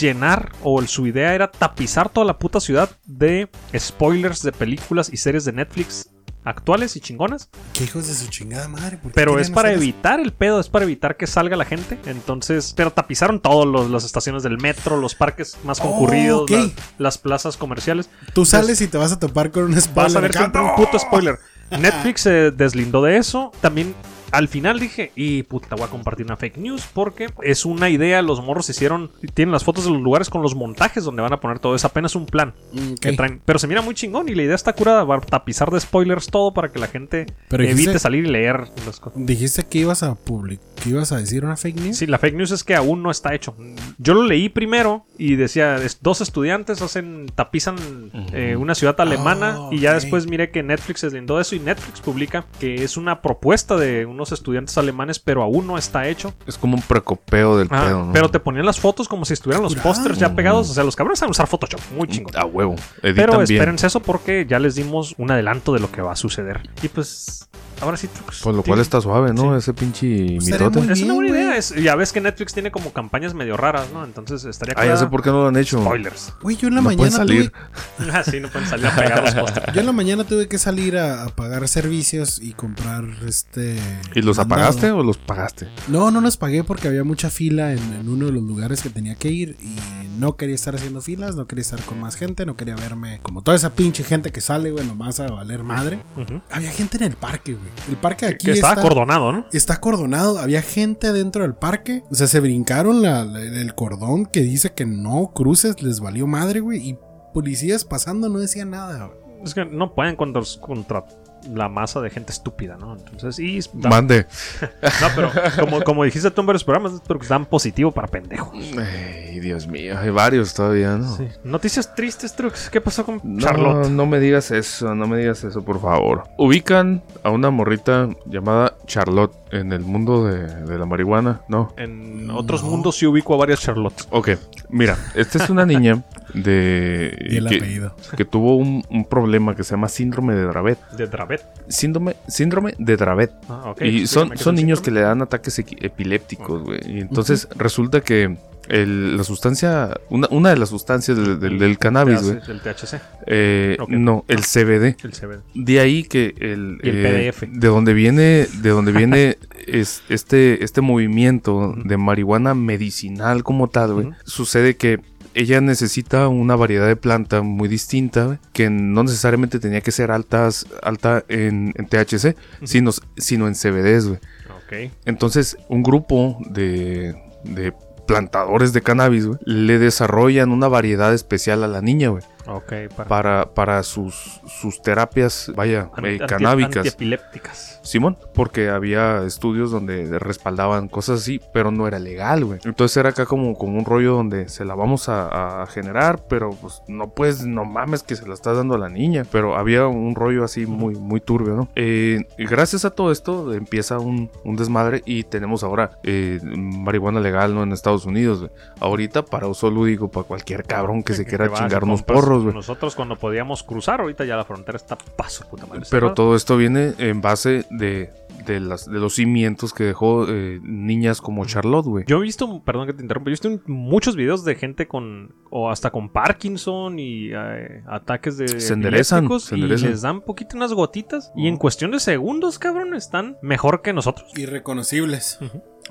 Speaker 3: llenar, o el- su idea era tapizar toda la puta ciudad de spoilers de películas y series de Netflix actuales y chingonas.
Speaker 4: Qué hijos de su chingada madre. ¿por qué
Speaker 3: Pero es
Speaker 4: querían
Speaker 3: para
Speaker 4: hacer eso?
Speaker 3: evitar el pedo, es para evitar que salga la gente. Entonces, pero tapizaron todos las estaciones del metro, los parques más
Speaker 4: Oh,
Speaker 3: concurridos,
Speaker 4: ok.
Speaker 3: las- las plazas comerciales.
Speaker 4: Tú sales y te vas a topar con un spoiler.
Speaker 3: Vas a ver
Speaker 4: acá.
Speaker 3: siempre un puto spoiler. Netflix se deslindó de eso. También al final dije, y puta, voy a compartir una fake news porque es una idea. Los morros hicieron, tienen las fotos de los lugares con los montajes donde van a poner todo. Es apenas un plan
Speaker 4: Mm,
Speaker 3: que
Speaker 4: ok.
Speaker 3: traen. Pero se mira muy chingón y la idea está curada. Va a tapizar de spoilers todo para que la gente
Speaker 4: Pero
Speaker 3: evite
Speaker 4: dijiste-
Speaker 3: salir y leer las cosas.
Speaker 4: Dijiste que ibas a public que ibas a decir una fake news.
Speaker 3: Sí, la fake news es que aún no está hecho. Yo lo leí primero y decía, es- dos estudiantes hacen, tapizan eh, una ciudad alemana
Speaker 4: Ah,
Speaker 3: y ya
Speaker 4: ok.
Speaker 3: después miré que Netflix se deslindó de eso y Netflix publica que es una propuesta de unos estudiantes alemanes, pero aún no está hecho.
Speaker 5: Es como un precopeo del
Speaker 3: Ajá,
Speaker 5: pedo, ¿no?
Speaker 3: Ah, Pero te ponían las fotos como si estuvieran los
Speaker 4: Curado.
Speaker 3: pósters ya pegados. O sea, los cabrones saben usar Photoshop. Muy chingón.
Speaker 5: A huevo. Editan
Speaker 3: Pero
Speaker 5: bien.
Speaker 3: espérense eso porque ya les dimos un adelanto de lo que va a suceder. Y pues, ahora sí, trucos.
Speaker 5: Por lo cual está suave, ¿no? Ese pinche
Speaker 4: estaría
Speaker 5: mitote.
Speaker 4: muy-
Speaker 3: Es una
Speaker 4: bien,
Speaker 3: buena
Speaker 4: güey.
Speaker 3: idea. es- ya ves que Netflix tiene como campañas medio raras, ¿no? Entonces estaría
Speaker 5: Ah, ya sé por qué no lo han hecho.
Speaker 3: Spoilers.
Speaker 4: Güey, yo en la
Speaker 5: No
Speaker 4: mañana
Speaker 5: pueden salir.
Speaker 4: tuve,
Speaker 3: Así Ah, no pueden salir a pegar los postres.
Speaker 4: yo en la mañana tuve que salir a, a pagar servicios y comprar este
Speaker 5: ¿Y los
Speaker 4: mandado.
Speaker 5: apagaste o los pagaste?
Speaker 4: No, no los pagué porque había mucha fila en, en uno de los lugares que tenía que ir y no quería estar haciendo filas, no quería estar con más gente, no quería verme como toda esa pinche gente que sale, güey, nomás a valer madre.
Speaker 3: Ujú.
Speaker 4: Había gente en el parque, güey. El parque aquí
Speaker 3: que estaba
Speaker 4: está-
Speaker 3: acordonado, ¿no?
Speaker 4: Está cordonado, había gente dentro del parque. O sea, se brincaron la- la- el cordón que dice que no cruces, les valió madre, güey. Y policías pasando no decían nada, güey.
Speaker 3: Es que no pueden contra, contra la masa de gente estúpida, ¿no? Entonces, y. da-
Speaker 5: Mande.
Speaker 3: no, pero como, como dijiste tú en varios programas, pero que dan positivo para pendejo.
Speaker 5: Ay, Dios mío. Hay varios todavía, ¿no?
Speaker 3: Sí. Noticias tristes, Trux. ¿Qué pasó con
Speaker 5: No,
Speaker 3: Charlotte?
Speaker 5: no me digas eso, no me digas eso, por favor. Ubican a una morrita llamada Charlotte en el mundo de, de la marihuana, ¿no?
Speaker 3: En otros mundos sí ubico a varias Charlotte.
Speaker 5: Ok, mira, esta es una niña de...
Speaker 4: Y el
Speaker 5: que,
Speaker 4: apellido.
Speaker 5: que tuvo un, un problema que se llama síndrome de Dravet.
Speaker 3: De Dravet.
Speaker 5: Síndrome, síndrome de Dravet.
Speaker 3: Ah, ok.
Speaker 5: y son,
Speaker 3: Explícame qué
Speaker 5: son
Speaker 3: es el
Speaker 5: niños que
Speaker 3: síndrome.
Speaker 5: le dan ataques equi- epilépticos, güey. Y entonces resulta que el- la sustancia, una, una de las sustancias del, del- del cannabis, güey,
Speaker 3: El THC,
Speaker 5: eh,
Speaker 3: ok.
Speaker 5: no, el CBD.
Speaker 3: el CBD.
Speaker 5: De ahí que el,
Speaker 3: Y el
Speaker 5: eh,
Speaker 3: PDF.
Speaker 5: de donde viene, de donde viene es, este, este movimiento de marihuana medicinal como tal, güey,
Speaker 3: Ujú.
Speaker 5: sucede que ella necesita una variedad de planta muy distinta, güey, que no necesariamente tenía que ser altas, alta en, en THC, sino, sino en CBDs, güey.
Speaker 3: Ok.
Speaker 5: Entonces, un grupo de, de plantadores de cannabis, güey, le desarrollan una variedad especial a la niña, güey
Speaker 3: Ok. Para,
Speaker 5: para, para sus, sus terapias, vaya, eh, canábicas.
Speaker 3: Epilépticas.
Speaker 5: Simón, porque había estudios donde respaldaban cosas así, pero no era legal, güey. Entonces era acá como, como un rollo donde se la vamos a, a generar, pero pues no puedes, no mames que se la estás dando a la niña. Pero había un rollo así muy, muy turbio, ¿no? Eh, y gracias a todo esto empieza un, un desmadre y tenemos ahora eh, marihuana legal, ¿no? En Estados Unidos, güey. Ahorita para uso lúdico, para cualquier cabrón que se quiera
Speaker 3: te vas y
Speaker 5: chingar unos
Speaker 3: compras.
Speaker 5: porros, güey.
Speaker 3: Nosotros cuando podíamos cruzar, ahorita ya la frontera está paso, puta madre.
Speaker 5: Pero
Speaker 3: cerrada.
Speaker 5: todo esto viene en base de, de, las, de los cimientos que dejó eh, niñas como Charlotte, güey.
Speaker 3: Yo he visto, perdón que te interrumpa, yo he visto un- muchos videos de gente con, o hasta con Parkinson y eh, ataques de...
Speaker 5: Se enderezan,
Speaker 3: epilépticos
Speaker 5: se
Speaker 3: y
Speaker 5: enderezan.
Speaker 3: les dan poquito unas gotitas y en cuestión de segundos, cabrón, están mejor que nosotros.
Speaker 4: Irreconocibles.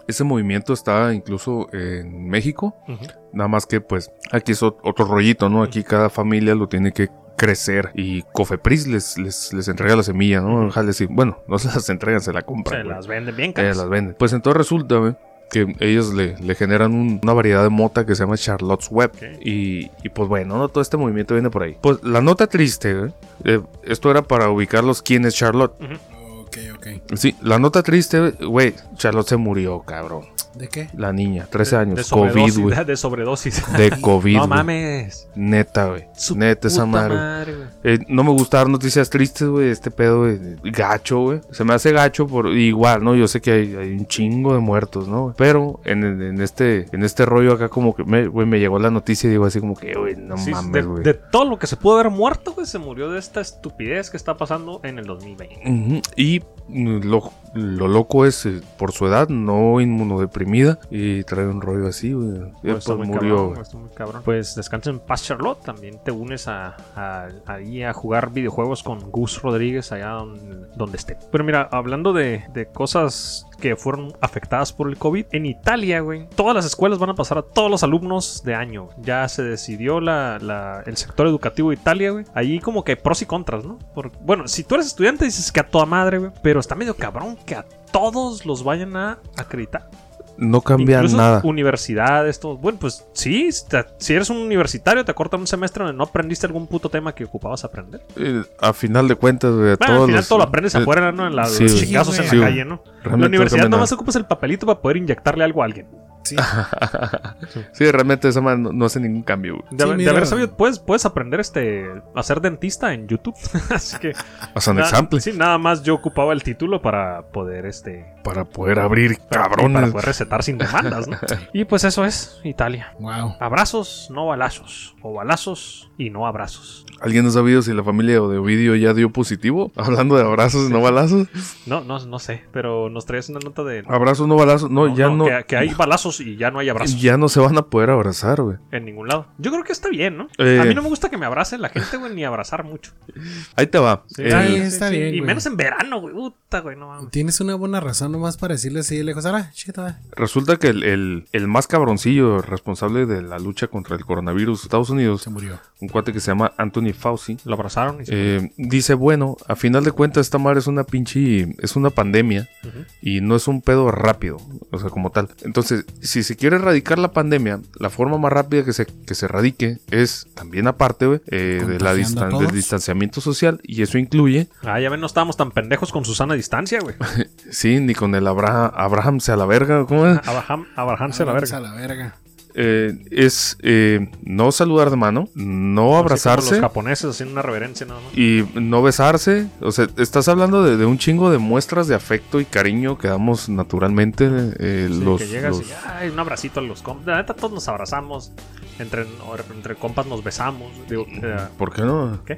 Speaker 5: Ese movimiento está incluso en México.
Speaker 3: Ujú.
Speaker 5: Nada más que, pues, aquí es ot- otro rollito, ¿no? Aquí cada familia lo tiene que crecer y Cofepris les, les, les entrega la semilla, ¿no? Ojalá sí. Bueno, no se las entregan, se la compran.
Speaker 3: Se
Speaker 5: güey.
Speaker 3: las venden bien
Speaker 5: Eh,
Speaker 3: caras.
Speaker 5: las venden. Pues entonces resulta, güey, que ellos le, le generan un- una variedad de mota que se llama Charlotte's Web.
Speaker 3: Ok.
Speaker 5: Y, y pues bueno, ¿no? todo este movimiento viene por ahí. Pues la nota triste, güey, eh, esto era para ubicarlos quién es Charlotte.
Speaker 4: Ok. Ok, ok.
Speaker 5: Sí, la nota triste, güey, Charlotte se murió, cabrón.
Speaker 4: ¿De qué?
Speaker 5: La niña, 13 años,
Speaker 3: De
Speaker 5: COVID,
Speaker 3: sobredosis.
Speaker 5: güey.
Speaker 3: De sobredosis.
Speaker 5: De COVID,
Speaker 3: No
Speaker 5: güey.
Speaker 3: mames.
Speaker 5: Neta, güey.
Speaker 3: Su
Speaker 5: Neta, esa
Speaker 3: puta
Speaker 5: madre. güey.
Speaker 3: madre, güey.
Speaker 5: Eh, no me gustaron noticias tristes, güey. Este pedo, güey. Gacho, güey. Se me hace gacho por igual, ¿no? Yo sé que hay, hay un chingo de muertos, ¿no? güey? Pero en, en- en este en este rollo acá como que, me, güey, me llegó la noticia y digo así como que, güey, no
Speaker 3: Sí, de,
Speaker 5: mames, güey.
Speaker 3: de todo lo que se pudo haber muerto, güey, se murió de esta estupidez que está pasando en el 2020.
Speaker 5: Ujú, Y mm, lo, lo loco es, eh, por su edad, no inmunodeprimida. Y trae un rollo así, güey. Eh, Pues,
Speaker 3: Está muy
Speaker 5: murió,
Speaker 3: cabrón,
Speaker 5: güey.
Speaker 3: está muy cabrón. Pues descansa en paz, Charlotte. También te unes a, a- ahí a jugar videojuegos con Gus Rodríguez allá don- donde esté. Pero mira, hablando de, de cosas que fueron afectadas por el COVID, en Italia, güey, todas las escuelas van a pasar a todos los alumnos de año. Ya se decidió la, la- el sector educativo de Italia, güey. Ahí como que pros y contras, ¿no? Por- bueno, si tú eres estudiante dices que a toda madre, güey. Pero está medio cabrón que a todos los vayan a acreditar.
Speaker 5: No cambia
Speaker 3: Incluso
Speaker 5: nada.
Speaker 3: Universidades, todo. Bueno, pues sí, te- si eres un universitario, te acortan un semestre donde no aprendiste algún puto tema que ocupabas aprender.
Speaker 5: Eh, a final de cuentas, güey,
Speaker 3: Bueno,
Speaker 5: a
Speaker 3: al
Speaker 5: todos
Speaker 3: final
Speaker 5: los-
Speaker 3: todo lo aprendes
Speaker 5: eh,
Speaker 3: afuera, ¿no? En la,
Speaker 5: sí,
Speaker 3: los
Speaker 5: güey.
Speaker 3: chingazos en
Speaker 5: Sí,
Speaker 3: la
Speaker 5: güey.
Speaker 3: calle, ¿no? En la
Speaker 5: Realmente
Speaker 3: universidad
Speaker 5: cambia
Speaker 3: nomás ocupas el papelito para poder inyectarle algo a alguien.
Speaker 4: Sí.
Speaker 5: Sí, realmente esa madre no, no hace ningún cambio, güey.
Speaker 3: De,
Speaker 4: Sí,
Speaker 3: de
Speaker 4: mira.
Speaker 3: haber sabido, puedes, puedes aprender este a ser dentista en YouTube. Así que.
Speaker 5: Haz un
Speaker 3: na-
Speaker 5: example.
Speaker 3: Ah, sí, nada más yo ocupaba el título para poder este.
Speaker 5: Para poder abrir, cabrones.
Speaker 3: Para poder recetar sin demandas, ¿no? y pues eso es Italia.
Speaker 4: Wow.
Speaker 3: Abrazos, no balazos. O balazos y no abrazos.
Speaker 5: ¿Alguien ha sabido si la familia de Ovidio ya dio positivo? Hablando de abrazos, no balazos.
Speaker 3: No, no, no sé, pero nos traes una nota de...
Speaker 5: Abrazos, no balazos. Ah, No, ya no.
Speaker 3: Que, que hay balazos y ya no hay abrazos
Speaker 5: Ya no se van a poder abrazar, güey.
Speaker 3: en ningún lado. Yo creo que está bien, ¿no?
Speaker 5: Eh.
Speaker 3: A mí no me gusta que me abrace la gente, güey, ni abrazar mucho.
Speaker 5: Ahí te va.
Speaker 3: Sí,
Speaker 5: Eh,
Speaker 4: Ay, está bien,
Speaker 3: Y
Speaker 4: güey.
Speaker 3: menos en verano, güey. Puta, güey, no mames.
Speaker 4: Tienes una buena razón nomás para decirle así de lejos. Ahora, eh. chiquita.
Speaker 5: resulta que el, el- el más cabroncillo responsable de la lucha contra el coronavirus de Estados Unidos,
Speaker 4: Se murió.
Speaker 5: un cuate que se llama Anthony Fauci,
Speaker 3: Lo abrazaron y se...
Speaker 5: eh, dice, bueno, a final de cuentas esta madre es una pinche, es una pandemia
Speaker 3: Ujú.
Speaker 5: y no es un pedo rápido, o sea, como tal. Entonces, si se quiere erradicar la pandemia, la forma más rápida que se, que se erradique es también aparte güey, eh, de
Speaker 4: Contagiando
Speaker 5: la
Speaker 4: a
Speaker 5: distan-
Speaker 4: todos.
Speaker 5: del distanciamiento social y eso incluye,
Speaker 3: Ah, ya ven, no estábamos tan pendejos con Susana a distancia, güey.
Speaker 5: sí, ni con el Abra- Abraham se a la verga, ¿cómo es?
Speaker 3: Abraham, abrajarse a la
Speaker 4: Avanza
Speaker 3: verga.
Speaker 4: la verga.
Speaker 5: Eh, es eh, no saludar de mano, no
Speaker 3: Así como
Speaker 5: abrazarse.
Speaker 3: los japoneses haciendo una reverencia nada más.
Speaker 5: Y no besarse, o sea, estás hablando de, de un chingo de muestras de afecto y cariño que damos naturalmente eh,
Speaker 3: Sí,
Speaker 5: los,
Speaker 3: que llegas
Speaker 5: los-
Speaker 3: y ay, un abracito a los compas. La neta, todos nos abrazamos. Entre, entre compas nos besamos. Digo, eh,
Speaker 5: ¿Por qué no?
Speaker 3: ¿Qué?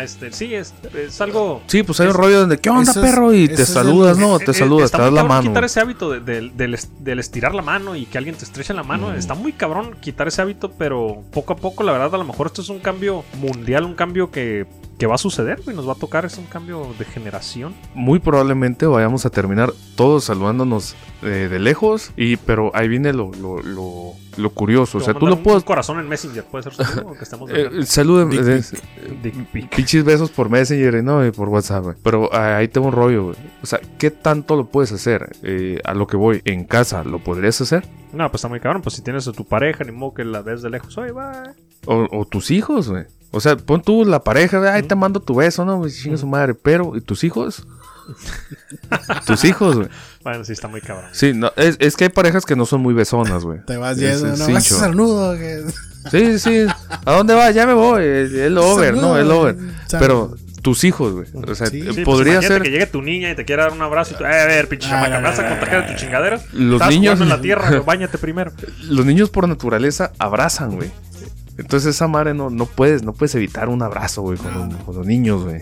Speaker 3: Este, sí, es, es algo.
Speaker 5: Sí, pues hay un
Speaker 3: Es-
Speaker 5: rollo donde ¿qué onda,
Speaker 4: eso es-
Speaker 5: perro? Y
Speaker 4: eso
Speaker 5: te
Speaker 4: es
Speaker 5: saludas,
Speaker 4: el-
Speaker 5: ¿no?
Speaker 3: Eh,
Speaker 5: Te
Speaker 3: eh,
Speaker 5: saludas,
Speaker 3: está
Speaker 5: te
Speaker 3: muy
Speaker 5: das la
Speaker 3: cabrón
Speaker 5: mano.
Speaker 3: Quitar ese hábito de- del- del est- del estirar la mano y que alguien te estreche la mano. Está muy cabrón quitar ese hábito, pero poco a poco, la verdad, a lo mejor esto es un cambio mundial, un cambio que, que va a suceder y nos va a tocar. Es un cambio de generación.
Speaker 5: Muy probablemente vayamos a terminar todos saludándonos eh, de lejos. Y pero ahí viene lo, lo, lo- lo curioso. Pues,
Speaker 3: Te
Speaker 5: O sea,
Speaker 3: voy a
Speaker 5: tú
Speaker 3: mandar
Speaker 5: lo
Speaker 3: un
Speaker 5: puedes.
Speaker 3: corazón en Messenger, puede ser seguro que estamos
Speaker 5: Eh,
Speaker 3: viendo.
Speaker 5: saluden-
Speaker 4: Dick
Speaker 5: eh,
Speaker 4: pic.
Speaker 3: Dick pic.
Speaker 5: Pinches besos por Messenger y no, y por WhatsApp, güey. Pero ah, ahí tengo un rollo, güey. O sea, ¿qué tanto lo puedes hacer? Eh, a lo que voy, en casa, ¿lo podrías hacer?
Speaker 3: No, pues está muy cabrón. Pues si tienes a tu pareja, ni modo que la ves de lejos. Oye, va.
Speaker 5: O, o tus hijos, güey. O sea, pon tú la pareja, güey, ay, te mando tu beso, ¿no? Pues chinga su madre. Pero, ¿y tus hijos? tus hijos, güey.
Speaker 3: Bueno, sí, está muy cabrón.
Speaker 5: Sí, no, es, es que hay parejas que no son muy besonas, güey.
Speaker 4: Te vas
Speaker 5: Es-
Speaker 4: yendo.
Speaker 5: es
Speaker 4: No
Speaker 5: cincho.
Speaker 4: vas al nudo. que-
Speaker 5: Sí, sí. ¿A dónde vas? Ya me voy. El, el over, ¿no? El over.
Speaker 4: Sal-
Speaker 5: Pero tus hijos, güey. O sea,
Speaker 4: Sí. Sí,
Speaker 5: eh,
Speaker 3: Sí, pues,
Speaker 5: podría
Speaker 3: imagínate
Speaker 5: ser...
Speaker 3: que llegue tu niña y te quiera dar un abrazo y tú, eh, a ver, pinche
Speaker 4: Ah,
Speaker 3: chamaca,
Speaker 4: no,
Speaker 3: me vas a
Speaker 4: no,
Speaker 3: contagiar de tu chingadera.
Speaker 5: Los
Speaker 3: Estás
Speaker 5: niños-
Speaker 3: jugando en la tierra, pero báñate primero.
Speaker 5: los niños por naturaleza abrazan, güey. Entonces esa madre no, no puedes, no puedes evitar un abrazo, güey, con, los- con los niños, güey.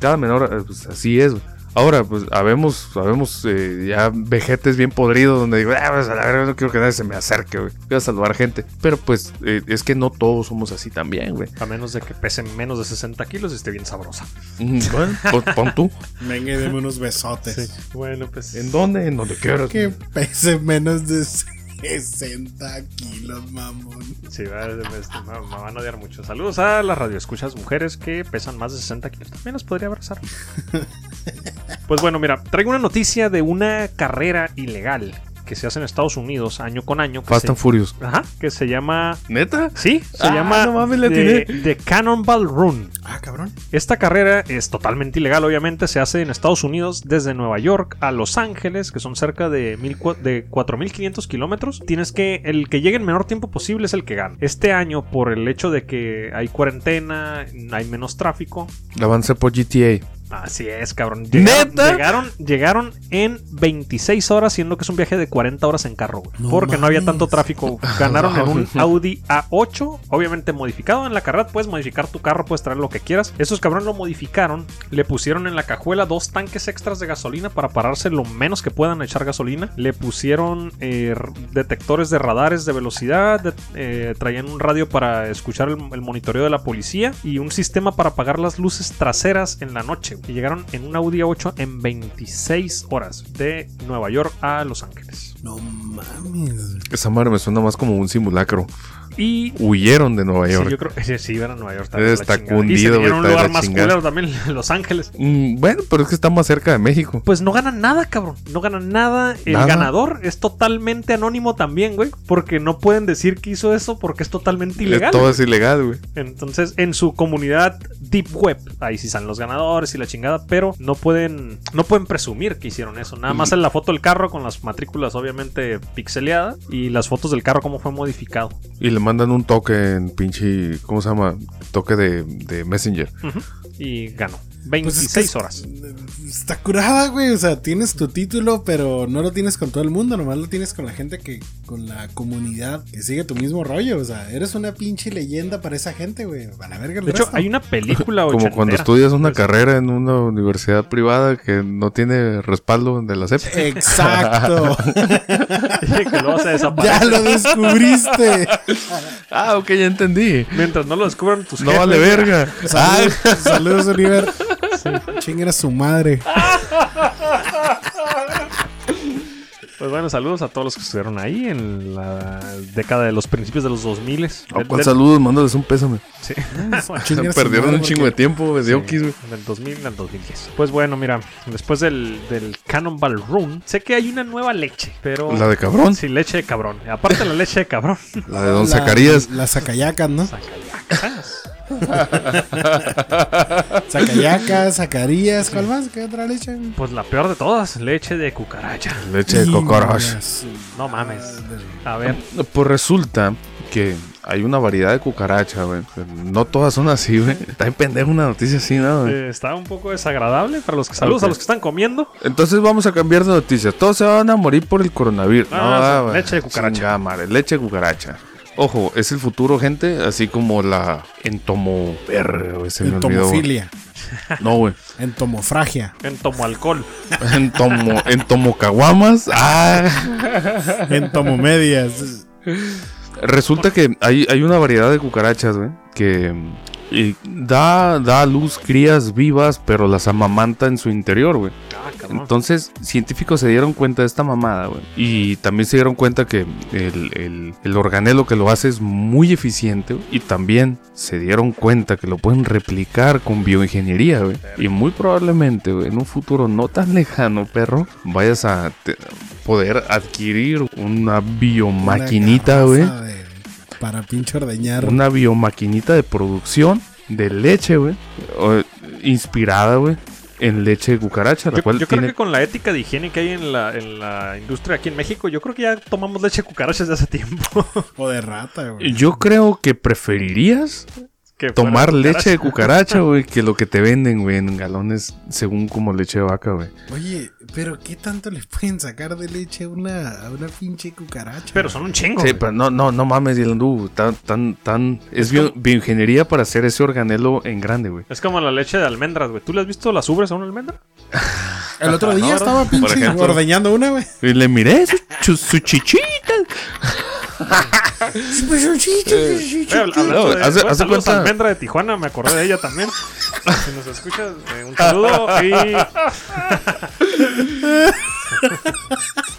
Speaker 5: Cada menor, eh, pues así es, güey. Ahora, pues, habemos, habemos eh, ya vejetes bien podridos donde digo, ah, pues, a la verdad no quiero que nadie se me acerque, güey. Voy a saludar gente. Pero pues, eh, es que no todos somos así también, güey.
Speaker 3: A menos de que pese menos de 60 kilos y esté bien sabrosa.
Speaker 5: Mm, Bueno, pon, pon tú.
Speaker 4: Venga, y deme unos besotes.
Speaker 3: Bueno, pues.
Speaker 5: ¿En dónde? En donde quieras.
Speaker 4: Que pese menos de 60 kilos, mamón.
Speaker 3: Sí, va, este, me, me van a odiar mucho. Saludos a las radioescuchas mujeres que pesan más de 60 kilos. También las podría abrazar. Pues bueno, mira, traigo una noticia de una carrera ilegal que se hace en Estados Unidos año con año. que
Speaker 5: Fast
Speaker 3: se-
Speaker 5: and Furious.
Speaker 3: Ajá, que se llama.
Speaker 5: ¿Neta?
Speaker 3: Sí, se
Speaker 5: Ah,
Speaker 3: llama
Speaker 5: no mames, le
Speaker 3: The, The Cannonball Run.
Speaker 4: Ah, cabrón.
Speaker 3: Esta carrera es totalmente ilegal, obviamente. Se hace en Estados Unidos desde Nueva York a Los Ángeles, que son cerca de, mil cua- de 4.500 kilómetros. Tienes que. El que llegue en menor tiempo posible es el que gana. Este año, por el hecho de que hay cuarentena, hay menos tráfico.
Speaker 5: Avancé por GTA.
Speaker 3: Así es, cabrón. Llegaron,
Speaker 5: ¿Neta?
Speaker 3: Llegaron, llegaron en 26 horas, siendo que es un viaje de 40 horas en carro, güey.
Speaker 4: No
Speaker 3: porque no había
Speaker 4: mames.
Speaker 3: tanto tráfico. Ganaron en un Audi A8, obviamente modificado. En la carrera puedes modificar tu carro, puedes traer lo que quieras. Esos cabrón lo modificaron, le pusieron en la cajuela dos tanques extras de gasolina para pararse lo menos que puedan a echar gasolina. Le pusieron eh, r- detectores de radares de velocidad, de- eh, traían un radio para escuchar el, el monitoreo de la policía y un sistema para apagar las luces traseras en la noche. Y llegaron en un Audi A8 en 26 horas de Nueva York a Los Ángeles.
Speaker 4: No mames.
Speaker 5: Esa madre me suena más como un simulacro.
Speaker 3: Y
Speaker 5: Huyeron de Nueva
Speaker 3: Sí,
Speaker 5: York.
Speaker 3: yo creo sí, sí, iban a Nueva York. también,
Speaker 5: Está
Speaker 3: la chingada.
Speaker 5: cundido,
Speaker 3: Y se
Speaker 5: güey,
Speaker 3: vinieron a un
Speaker 5: está de
Speaker 3: lugar
Speaker 5: la
Speaker 3: más
Speaker 5: chingada.
Speaker 3: culero también, Los Ángeles.
Speaker 5: Mm, bueno, pero es que está más cerca de México.
Speaker 3: Pues no ganan nada, cabrón. No ganan nada. El
Speaker 5: Nada.
Speaker 3: ganador es totalmente anónimo también, güey. Porque no pueden decir que hizo eso porque es totalmente ilegal.
Speaker 5: Todo es ilegal, güey.
Speaker 3: Entonces, en su comunidad Deep Web, ahí sí salen los ganadores y la chingada, pero no pueden, no pueden presumir que hicieron eso. Nada más en la foto del carro con las matrículas obviamente pixeleadas y las fotos del carro cómo fue modificado.
Speaker 5: Y le mandan un toque en pinche. ¿Cómo se llama? Toque de, de Messenger.
Speaker 3: Ujú. Y ganó.
Speaker 4: Pues
Speaker 3: 26
Speaker 4: es que
Speaker 3: horas.
Speaker 4: es- Está curada, güey. O sea, tienes tu título, pero no lo tienes con todo el mundo. Nomás lo tienes con la gente que. Con la comunidad que sigue tu mismo rollo. O sea, eres una pinche leyenda para esa gente, güey. A la verga, el
Speaker 3: De hecho,
Speaker 4: resto.
Speaker 3: hay una película
Speaker 5: Como cuando
Speaker 3: ochentera.
Speaker 5: estudias una
Speaker 3: Pues,
Speaker 5: carrera en una universidad privada que no tiene respaldo de la CEP.
Speaker 4: Exacto.
Speaker 3: que luego se
Speaker 4: ya
Speaker 3: desaparece.
Speaker 4: Ah, lo descubriste.
Speaker 5: Ah, ok, ya entendí.
Speaker 3: Mientras no lo descubran tus
Speaker 5: No
Speaker 3: jefes,
Speaker 5: vale verga.
Speaker 4: Saludos, saludos Oliver. Chinguen a su madre.
Speaker 3: Pues bueno, saludos a todos los que estuvieron ahí en la década de los principios de los 2000.
Speaker 5: Ah,
Speaker 3: Del-
Speaker 5: ¿Cuál
Speaker 3: del-
Speaker 5: saludos? Mándales un pésame.
Speaker 3: Sí.
Speaker 4: Chinguen a su
Speaker 5: Perdieron
Speaker 4: madre
Speaker 5: un chingo de
Speaker 4: porque-
Speaker 5: tiempo, güey, de Oquis, güey.
Speaker 3: Del 2000 al 2010. Pues bueno, mira, después del, del Cannonball Run, sé que hay una nueva leche, pero...
Speaker 5: La de cabrón.
Speaker 3: Sí, leche de cabrón. Aparte la leche de cabrón.
Speaker 5: La de Don
Speaker 4: la-
Speaker 5: Zacarías.
Speaker 4: Las zacayacas, ¿no?
Speaker 3: Sacayacas.
Speaker 4: Zacayacas, Zacarías, ¿cuál más? ¿Qué otra leche?
Speaker 3: Pues la peor de todas, leche de cucaracha.
Speaker 5: Leche de cocoros.
Speaker 3: No mames. A ver,
Speaker 5: Pues resulta que hay una variedad de cucaracha, güey. No todas son así, güey. Está en pendejo una noticia así, ¿no? güey?
Speaker 3: eh, está un poco desagradable para los que... Saludos a
Speaker 5: Ok.
Speaker 3: los que están comiendo.
Speaker 5: Entonces vamos a cambiar de noticias. Todos se van a morir por el coronavirus.
Speaker 3: Ah, sí,
Speaker 5: No, güey.
Speaker 3: leche de cucaracha.
Speaker 5: Chingada madre, leche de cucaracha. Ojo, es el futuro, gente, así como la entomo... Verga, güey, se me olvidó, güey.
Speaker 4: Entomofilia,
Speaker 5: No, güey.
Speaker 4: entomofragia,
Speaker 3: En tomo alcohol.
Speaker 5: Entomo... Entomocaguamas. Ah.
Speaker 4: entomomedias.
Speaker 5: Resulta que hay, hay una variedad de cucarachas, güey, que mm, y da, da a luz crías vivas, pero las amamanta en su interior, güey.
Speaker 3: Ah, cabrón.
Speaker 5: Entonces, científicos se dieron cuenta de esta mamada, güey. Y también se dieron cuenta que el, el- el organelo que lo hace es muy eficiente. güey. Y también se dieron cuenta que lo pueden replicar con bioingeniería, güey. Y muy probablemente, güey, en un futuro no tan lejano, perro, vayas a te- poder adquirir una biomaquinita,
Speaker 4: Una
Speaker 5: güey.
Speaker 4: garrafa de- Para pinche ordeñar.
Speaker 5: Una biomaquinita de producción de leche, güey. o- Inspirada, güey. En leche de cucaracha, la
Speaker 3: Yo,
Speaker 5: cual
Speaker 3: yo
Speaker 5: tiene
Speaker 3: creo que con la ética de higiene que hay en la, en la industria aquí en México, yo creo que ya tomamos leche de cucarachas de hace tiempo.
Speaker 4: O de rata, güey.
Speaker 5: Yo creo que preferirías
Speaker 3: que fuera
Speaker 5: tomar
Speaker 3: cucaracha.
Speaker 5: leche de cucaracha, güey, que lo que te venden, güey, en galones, según como leche de vaca, güey.
Speaker 4: Oye, pero ¿qué tanto le pueden sacar de leche a una, a una pinche cucaracha?
Speaker 3: Pero son un chingo.
Speaker 5: Sí,
Speaker 3: güey.
Speaker 5: pero no, no, no mames, Dylan, uh, tan, tan, tan. Es bio- bioingeniería para hacer ese organelo en grande, güey.
Speaker 3: Es como la leche de almendras, güey. ¿Tú le has visto las ubres a una almendra?
Speaker 4: El otro
Speaker 3: No,
Speaker 4: día
Speaker 3: ¿verdad?
Speaker 4: estaba pinche
Speaker 5: ejemplo.
Speaker 4: ordeñando una, güey.
Speaker 5: Y le miré su, chu- su chichita.
Speaker 4: Sí, pues, un chicho, un chicho.
Speaker 3: Eh, Güey, habla- hablando de-
Speaker 5: haz de-
Speaker 3: bueno,
Speaker 5: haz de
Speaker 3: saludos a
Speaker 5: cuenta-
Speaker 3: almendra de Tijuana, me acordé de ella también. si nos escuchas, eh, un saludo y...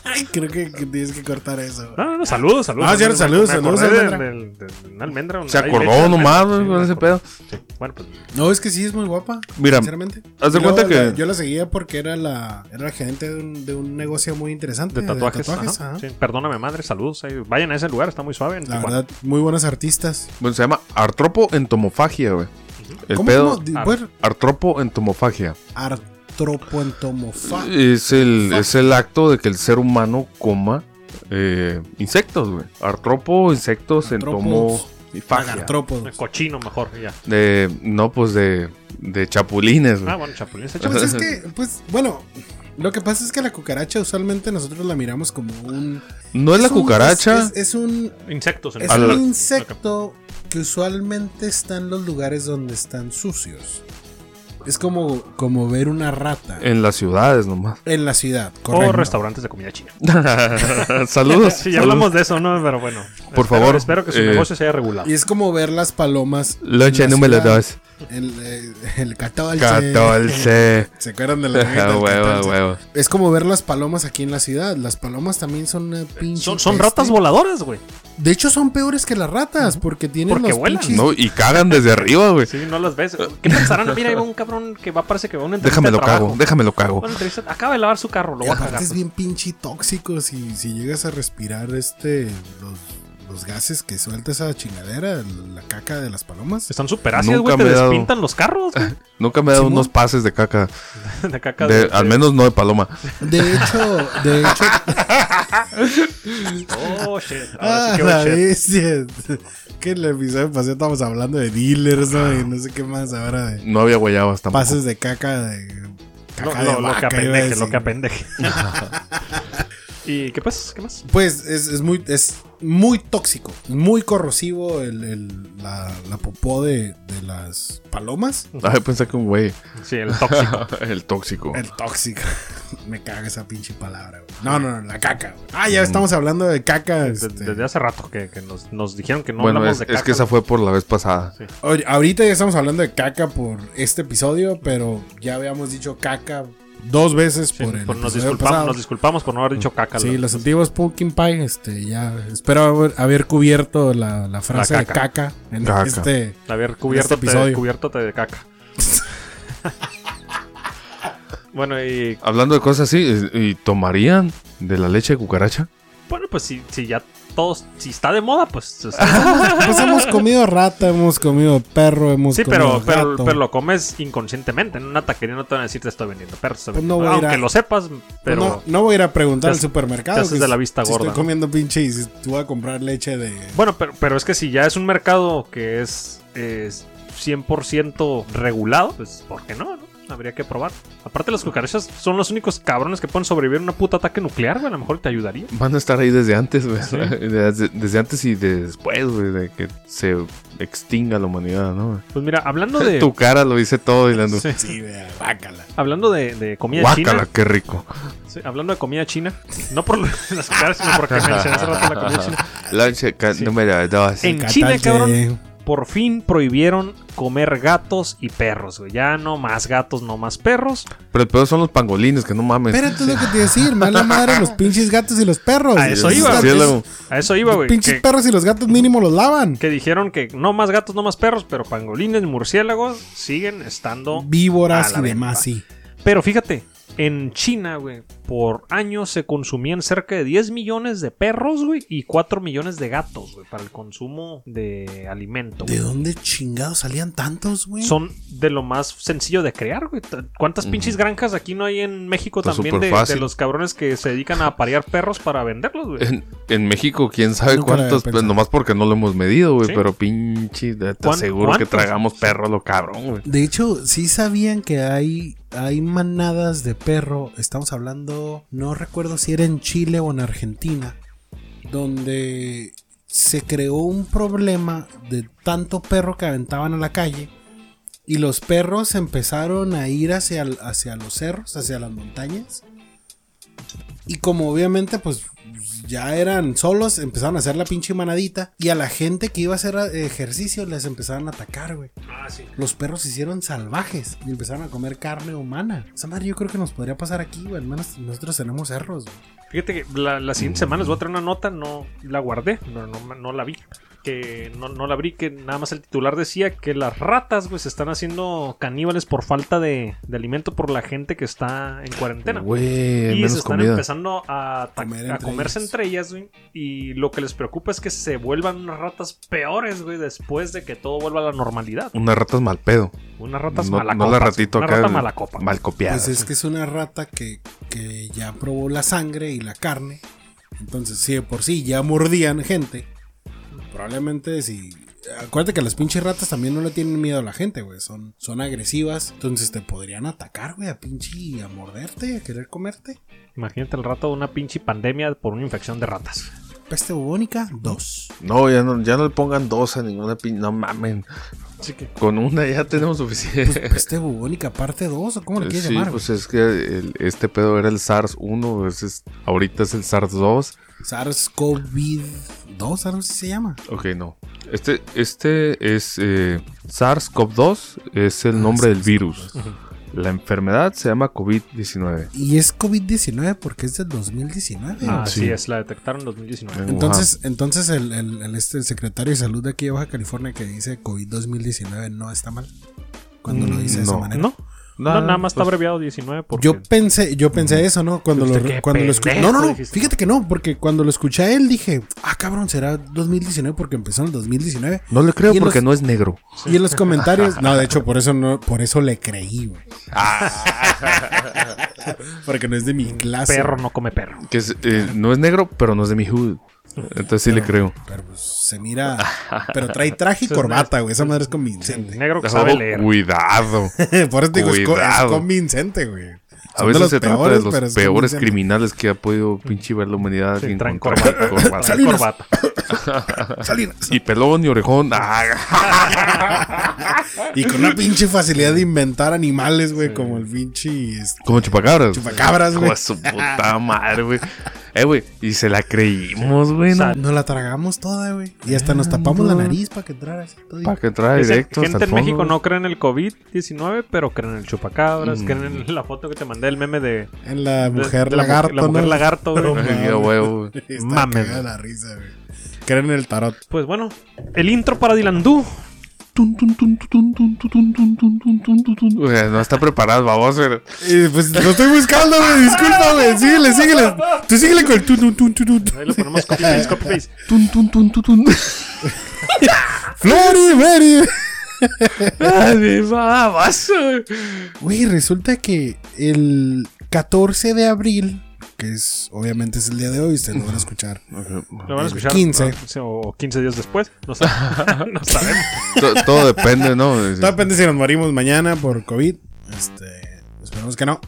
Speaker 4: Ay, creo que que tienes que cortar eso.
Speaker 3: No, no, no, saludos, saludos.
Speaker 4: No, es cierto,
Speaker 3: Me-
Speaker 4: saludos,
Speaker 3: me
Speaker 4: saludos,
Speaker 3: acordé de-
Speaker 4: Almendra.
Speaker 3: del- del- de una almendra.
Speaker 5: Se
Speaker 3: Hay
Speaker 5: acordó
Speaker 3: leche de
Speaker 5: nomás,
Speaker 3: almendra,
Speaker 5: güey,
Speaker 3: sí,
Speaker 5: con
Speaker 3: me
Speaker 5: ese
Speaker 3: acordé.
Speaker 5: pedo.
Speaker 3: Sí. Bueno, pues
Speaker 4: No, es que sí, es muy guapa.
Speaker 5: Mira,
Speaker 4: sinceramente.
Speaker 5: haz de
Speaker 4: Y luego
Speaker 5: cuenta que-
Speaker 4: la- yo la seguía porque era la era la gerente de un, de un negocio muy interesante.
Speaker 3: de tatuajes. ajá.
Speaker 4: ajá.
Speaker 3: Sí, perdóname, madre, saludos. ahí. Vayan a ese lugar, está muy suave. en
Speaker 4: ah. La
Speaker 3: Tijuana.
Speaker 4: verdad, muy buenos artistas.
Speaker 5: Bueno, se llama artropo entomofagia, güey. El
Speaker 4: ¿Cómo,
Speaker 5: pedo.
Speaker 4: cómo? Di-
Speaker 3: Ar-
Speaker 4: bueno,
Speaker 5: Artropo entomofagia.
Speaker 4: artropoentomofa-
Speaker 5: Es el, es el acto de que el ser humano coma eh, insectos, güey. Artropo, insectos, entomo
Speaker 4: Artrópodos.
Speaker 5: y fagia.
Speaker 4: Artrópodos.
Speaker 3: Cochino mejor, ya.
Speaker 5: De, no, pues de, de chapulines, güey.
Speaker 3: Ah, bueno, chapulín. ese chapulín.
Speaker 4: Pues es que, pues, bueno, lo que pasa es que la cucaracha usualmente nosotros la miramos como un.
Speaker 5: No es la
Speaker 4: un-
Speaker 5: cucaracha.
Speaker 4: Es, es un,
Speaker 3: Insectos. en
Speaker 4: es
Speaker 5: Al-
Speaker 3: el-
Speaker 4: un
Speaker 5: Al-
Speaker 4: insecto que usualmente está en los lugares donde están sucios. Es como, como ver una rata
Speaker 5: En las ciudades nomás.
Speaker 4: en la ciudad,
Speaker 3: O
Speaker 4: correcto.
Speaker 3: restaurantes de comida china. Sí,
Speaker 5: saludos. saludos.
Speaker 3: ya hablamos de eso, ¿no? Pero bueno. espero-
Speaker 5: Por favor,
Speaker 3: Espero que su
Speaker 5: eh,
Speaker 3: negocio sea regulado.
Speaker 4: Y es como ver las palomas. en
Speaker 5: Lonche
Speaker 4: la
Speaker 5: número
Speaker 4: ciudad.
Speaker 5: 2.
Speaker 4: El, eh, el 14.
Speaker 5: 14.
Speaker 4: ¿Se acuerdan de la anécdota del
Speaker 5: Huevo,
Speaker 4: 14?
Speaker 5: huevo.
Speaker 4: Es como ver las palomas aquí en la ciudad. Las palomas también son una pinche.
Speaker 3: Son,
Speaker 5: este.
Speaker 3: son
Speaker 4: peste.
Speaker 3: ratas voladoras, güey.
Speaker 4: De hecho, son peores que las ratas porque tienen
Speaker 3: Porque
Speaker 4: los
Speaker 3: vuelan.
Speaker 4: pinches-
Speaker 5: No, y cagan desde arriba, güey.
Speaker 3: Sí, no las ves. ¿Qué pensarán? Mira, ahí va un cabrón que va, parece que va a una entrevista
Speaker 5: Déjame lo
Speaker 3: de trabajo.
Speaker 5: cago, déjame lo cago.
Speaker 3: Una entrevista- Acaba de lavar su carro, lo
Speaker 4: Y
Speaker 3: voy a
Speaker 4: aparte
Speaker 3: cagar.
Speaker 4: es bien pinche tóxico si, si llegas a respirar este los, los gases que suelta esa chingadera, la caca de las palomas.
Speaker 3: Están súper ácidos, güey. Te
Speaker 5: Nunca me he dado-
Speaker 3: despintan los carros, güey.
Speaker 5: Nunca me he dado
Speaker 4: Simón.
Speaker 5: unos pases de caca.
Speaker 3: De caca
Speaker 5: De-
Speaker 3: de-
Speaker 5: al menos no de paloma.
Speaker 4: De hecho, de hecho,
Speaker 3: Oh, shit. Ahora
Speaker 4: ah,
Speaker 3: sí que
Speaker 4: la
Speaker 3: oh, shit.
Speaker 4: bestia. Que en el episodio pasado estábamos hablando de dealers, ¿no? Y no sé qué más ahora de
Speaker 5: No había guayabas tampoco.
Speaker 4: pases de caca de
Speaker 3: Lo,
Speaker 4: caca de
Speaker 3: lo, lo que
Speaker 4: vaca, iba a
Speaker 3: apendeje, lo
Speaker 4: decir.
Speaker 3: que apendeje. ¿Y qué pasa? ¿Qué más?
Speaker 4: Pues es, es muy es muy tóxico, muy corrosivo el, el- la, la popó de, de las palomas.
Speaker 5: Ay, pensé que un güey.
Speaker 3: Sí, el tóxico.
Speaker 5: El tóxico.
Speaker 4: El tóxico. Me caga esa pinche palabra, güey. No, no, no, la caca. güey. Ah,
Speaker 3: Mm.
Speaker 4: ya estamos hablando de caca.
Speaker 3: Desde,
Speaker 4: este.
Speaker 3: desde hace rato que, que nos, nos dijeron que no
Speaker 5: bueno,
Speaker 3: hablamos
Speaker 5: es,
Speaker 3: de
Speaker 5: es
Speaker 3: caca.
Speaker 5: que esa fue por la vez pasada.
Speaker 3: Sí.
Speaker 4: Ahori- Ahorita ya estamos hablando de caca por este episodio, pero ya habíamos dicho caca dos veces
Speaker 3: Sí,
Speaker 4: por el
Speaker 3: por- Pues nos,
Speaker 4: episodio
Speaker 3: disculpamos,
Speaker 4: pasado.
Speaker 3: nos disculpamos por no haber dicho caca.
Speaker 4: Sí,
Speaker 3: la-
Speaker 4: los antiguos Pumpkin Pie, este, ya espero haber, haber cubierto la, la frase
Speaker 3: La caca.
Speaker 4: de caca en
Speaker 5: Caca.
Speaker 4: este
Speaker 3: haber cubierto
Speaker 4: episodio.
Speaker 3: de caca. bueno, y
Speaker 5: Hablando de cosas así, es- ¿y tomarían de la leche de cucaracha?
Speaker 3: bueno, pues si, si ya todos, si está de moda, pues es-
Speaker 4: Pues hemos comido rata, hemos comido perro, hemos
Speaker 3: sí,
Speaker 4: comido
Speaker 3: pero, pero,
Speaker 4: gato.
Speaker 3: pero lo comes inconscientemente. En una taquería no te van a decir te estoy vendiendo perros. te
Speaker 4: Pues
Speaker 3: vendo-
Speaker 4: no voy a ir
Speaker 3: aunque
Speaker 4: a-
Speaker 3: lo sepas, pero
Speaker 4: no, no voy a ir a preguntar
Speaker 3: Te
Speaker 4: al
Speaker 3: haces-
Speaker 4: supermercado.
Speaker 3: te haces
Speaker 4: que
Speaker 3: de
Speaker 4: si-
Speaker 3: la vista
Speaker 4: si
Speaker 3: gorda,
Speaker 4: Estoy
Speaker 3: ¿no?
Speaker 4: comiendo pinche y si tú vas a comprar leche de.
Speaker 3: bueno, pero, pero es que si ya es un mercado que es, es 100% regulado, pues ¿por qué no? no? Habría que probar. Aparte, las cucarachas son los únicos cabrones que pueden sobrevivir a un puta ataque nuclear, güey. A lo mejor te ayudaría.
Speaker 5: Van a estar ahí desde antes, güey.
Speaker 3: Sí.
Speaker 5: Desde, desde antes y después, güey, de que se extinga la humanidad, ¿no?
Speaker 3: Pues mira, hablando de.
Speaker 5: Tu cara lo dice todo, Hilando.
Speaker 3: Sí.
Speaker 4: Sí, vea, bácala.
Speaker 3: Hablando de, de comida
Speaker 5: Guácala,
Speaker 3: china.
Speaker 5: qué rico.
Speaker 3: sí, hablando de comida china. No por lo- las caras, sino porque mencioné hace rato la comida china.
Speaker 5: Leche ca- número dos.
Speaker 3: En
Speaker 4: Catal
Speaker 3: China,
Speaker 4: que-
Speaker 3: cabrón. Por fin prohibieron comer gatos y perros, güey. Ya no más gatos, no más perros.
Speaker 5: Pero el peor son los pangolines, que no mames.
Speaker 4: Espérate lo que te iba a decir. Mala madre, los pinches gatos y los perros.
Speaker 3: A eso
Speaker 4: Esos
Speaker 3: iba,
Speaker 4: gatos-
Speaker 5: Sí, es lo-
Speaker 3: A eso iba,
Speaker 4: Los
Speaker 3: güey.
Speaker 4: pinches
Speaker 3: Que,
Speaker 4: perros y los gatos mínimo los lavan.
Speaker 3: que dijeron que no más gatos, no más perros, pero pangolines, murciélagos siguen estando.
Speaker 4: Víboras
Speaker 3: A la
Speaker 4: y demás,
Speaker 3: venta.
Speaker 4: sí.
Speaker 3: Pero fíjate, en China, güey, por año se consumían cerca de 10 millones de perros, güey, y 4 millones de gatos, güey, para el consumo de alimento. güey.
Speaker 4: ¿De dónde chingados salían tantos, güey?
Speaker 3: son de lo más sencillo de crear, güey. T- ¿Cuántas pinches granjas aquí no hay en México
Speaker 5: Está
Speaker 3: también
Speaker 5: súper
Speaker 3: de,
Speaker 5: fácil.
Speaker 3: de los cabrones que se dedican a parear perros para venderlos, güey?
Speaker 5: En, en México, quién sabe
Speaker 4: Nunca lo había
Speaker 5: cuántos, pues,
Speaker 4: pensado.
Speaker 5: nomás porque no lo hemos medido, güey.
Speaker 3: Sí.
Speaker 5: Pero pinche, te
Speaker 3: ¿Cuán-
Speaker 5: aseguro que
Speaker 3: cuántos?
Speaker 5: tragamos perro lo cabrón, güey.
Speaker 4: De hecho, sí sabían que hay, hay manadas de perro. Estamos hablando, no recuerdo si era en Chile o en Argentina, donde se creó un problema de tanto perro que aventaban a la calle. Y los perros empezaron a ir hacia, hacia los cerros, hacia las montañas. Y como obviamente, pues ya eran solos, empezaron a hacer la pinche manadita. Y a la gente que iba a hacer eh, ejercicio les empezaron a atacar, güey.
Speaker 3: Ah, sí.
Speaker 4: Los perros se hicieron salvajes y empezaron a comer carne humana. Esa madre yo creo que nos podría pasar aquí, güey. Al menos nosotros tenemos cerros, güey.
Speaker 3: Fíjate que la, la siguiente semana les voy a traer una nota, no la guardé, no, no, no la vi. Que no, no la abrí, que nada más el titular decía que las ratas, güey, se están haciendo caníbales por falta de, de alimento por la gente que está en cuarentena.
Speaker 5: Güey,
Speaker 3: y se
Speaker 5: menos
Speaker 3: están
Speaker 5: comida.
Speaker 3: empezando a, ata-
Speaker 4: Comer
Speaker 3: a
Speaker 4: entre
Speaker 3: comerse
Speaker 4: ellas.
Speaker 3: entre ellas, güey. Y lo que les preocupa es que se vuelvan unas ratas peores, güey, después de que todo vuelva a la normalidad.
Speaker 5: Unas ratas mal pedo.
Speaker 3: Unas ratas
Speaker 5: no,
Speaker 3: malacopas.
Speaker 5: no la ratito
Speaker 3: una
Speaker 5: acá.
Speaker 3: rata malacopa.
Speaker 5: Mal copiada.
Speaker 4: Pues es que es una rata que, que ya probó la sangre y la carne. Entonces, si de por sí ya mordían gente, probablemente si. Acuérdate que las pinches ratas también no le tienen miedo a la gente, güey. Son, son agresivas. Entonces te podrían atacar, güey, a pinche. a morderte, a querer comerte.
Speaker 3: Imagínate el rato de una pinche pandemia por una infección de ratas.
Speaker 4: Peste bubónica, dos.
Speaker 5: No, ya no, ya no le pongan dos a ninguna pin. No mamen.
Speaker 3: Así que
Speaker 5: Con una ya tenemos
Speaker 4: Pues,
Speaker 5: suficiente.
Speaker 4: peste bubónica, parte dos, o cómo le quieres
Speaker 5: sí,
Speaker 4: llamar,
Speaker 5: pues es que el- este pedo era el SARS-1, pues es- ahorita es el SARS-2.
Speaker 4: güey? SARS-CoV-2, algo así se llama.
Speaker 5: Ok, no. Este, este es eh, SARS-CoV-2, es el nombre del virus. La enfermedad se llama COVID-19.
Speaker 4: Y es COVID-19 porque es del 2019.
Speaker 3: Ah,
Speaker 4: güey.
Speaker 3: así
Speaker 5: sí.
Speaker 3: es, la detectaron en 2019.
Speaker 5: En
Speaker 4: Entonces, entonces el, el- el este, el secretario de salud de aquí de Baja California que dice COVID-2019 no está mal. Cuando lo dice de esa
Speaker 5: no.
Speaker 4: manera.
Speaker 3: No, no,
Speaker 5: Nah,
Speaker 3: nada más está
Speaker 5: pues,
Speaker 3: abreviado 19 porque
Speaker 4: Yo pensé, yo pensé eso, ¿no? Cuando lo,
Speaker 3: Dijiste, "Qué
Speaker 4: cuando lo escuché.
Speaker 3: pendejo",
Speaker 4: No, no, no.
Speaker 3: dijiste.
Speaker 4: Fíjate que no, porque cuando lo escuché a él dije, ah, cabrón, será 2019 porque empezó en el 2019.
Speaker 5: No le creo
Speaker 4: Y en
Speaker 5: porque
Speaker 4: los-
Speaker 5: no es negro.
Speaker 4: Y en los comentarios, no, de hecho, por eso no, por eso le creí, güey. porque no es de mi clase.
Speaker 3: perro no come perro.
Speaker 5: Que es, eh, no es negro, pero no es de mi hood. Entonces sí le creo.
Speaker 4: Pero pues, se mira, pero trae traje y corbata, güey. Esa madre es convincente.
Speaker 3: El negro que sabe
Speaker 5: Oh,
Speaker 3: leer.
Speaker 5: Cuidado.
Speaker 4: Por eso te digo, es, co- es
Speaker 5: Cuidado.
Speaker 4: convincente, güey.
Speaker 5: A
Speaker 4: Son
Speaker 5: veces
Speaker 4: de los
Speaker 5: se trata
Speaker 4: peores,
Speaker 5: de los
Speaker 4: pero es
Speaker 5: peores
Speaker 4: convincente.
Speaker 5: criminales que ha podido pinche ver la humanidad.
Speaker 3: Sí,
Speaker 5: sin
Speaker 3: traen
Speaker 5: encontrar
Speaker 3: corbata.
Speaker 5: corbata.
Speaker 3: Trae corbata.
Speaker 4: Salinas.
Speaker 5: Y pelón y orejón. Ah,
Speaker 4: Y con una pinche facilidad de inventar animales, güey, como el pinche este,
Speaker 5: como chupacabras.
Speaker 4: chupacabras, güey.
Speaker 5: Como su puta madre, güey. Eh, güey. Y se la creímos, güey.
Speaker 3: O sea,
Speaker 4: Nos la tragamos toda, güey. Y hasta nos tapamos la nariz para que entrara así todo.
Speaker 5: Para que trae
Speaker 3: Dice,
Speaker 5: directo. hasta
Speaker 3: gente
Speaker 5: el
Speaker 3: en
Speaker 5: fondo,
Speaker 3: México
Speaker 5: güey.
Speaker 3: no cree en el COVID-19, pero creen en el chupacabras,
Speaker 5: Mm.
Speaker 3: creen en la foto que te mandé, el meme de,
Speaker 4: En la
Speaker 3: de-
Speaker 4: mujer
Speaker 3: de la,
Speaker 4: lagarto,
Speaker 3: la mujer
Speaker 4: ¿no?
Speaker 3: lagarto, güey.
Speaker 4: No,
Speaker 5: Ay, qué huevo, güey.
Speaker 4: Está
Speaker 3: Mames.
Speaker 4: cagada la risa, güey. Creen en el tarot.
Speaker 3: Pues bueno, el intro para Dilandú.
Speaker 5: Tun, tun, tun, tun, tun, tun, tun, tun, tun, tun, tun, tun, tun. Güey, No está preparado, vamos. Pero...
Speaker 4: Eh, pues lo estoy buscando, güey. Disculpa, güey. Síguele, síguele. Tú síguele con el tu, tu, tu, tu, tu.
Speaker 3: Ahí lo ponemos copy paste, copy paste.
Speaker 5: Tun, tun, tun, tun, tun.
Speaker 4: Flori, Mary.
Speaker 5: Ay, vamos.
Speaker 4: Güey, resulta que el 14 de abril, que es obviamente es el día de hoy, ustedes lo van a escuchar.
Speaker 3: Lo van a escuchar.
Speaker 4: 15.
Speaker 3: ¿no? O 15 días después. No, sé. no sabemos.
Speaker 5: To- Todo depende, ¿no? Pues,
Speaker 4: Todo depende si nos morimos mañana por COVID. Este, esperemos que no.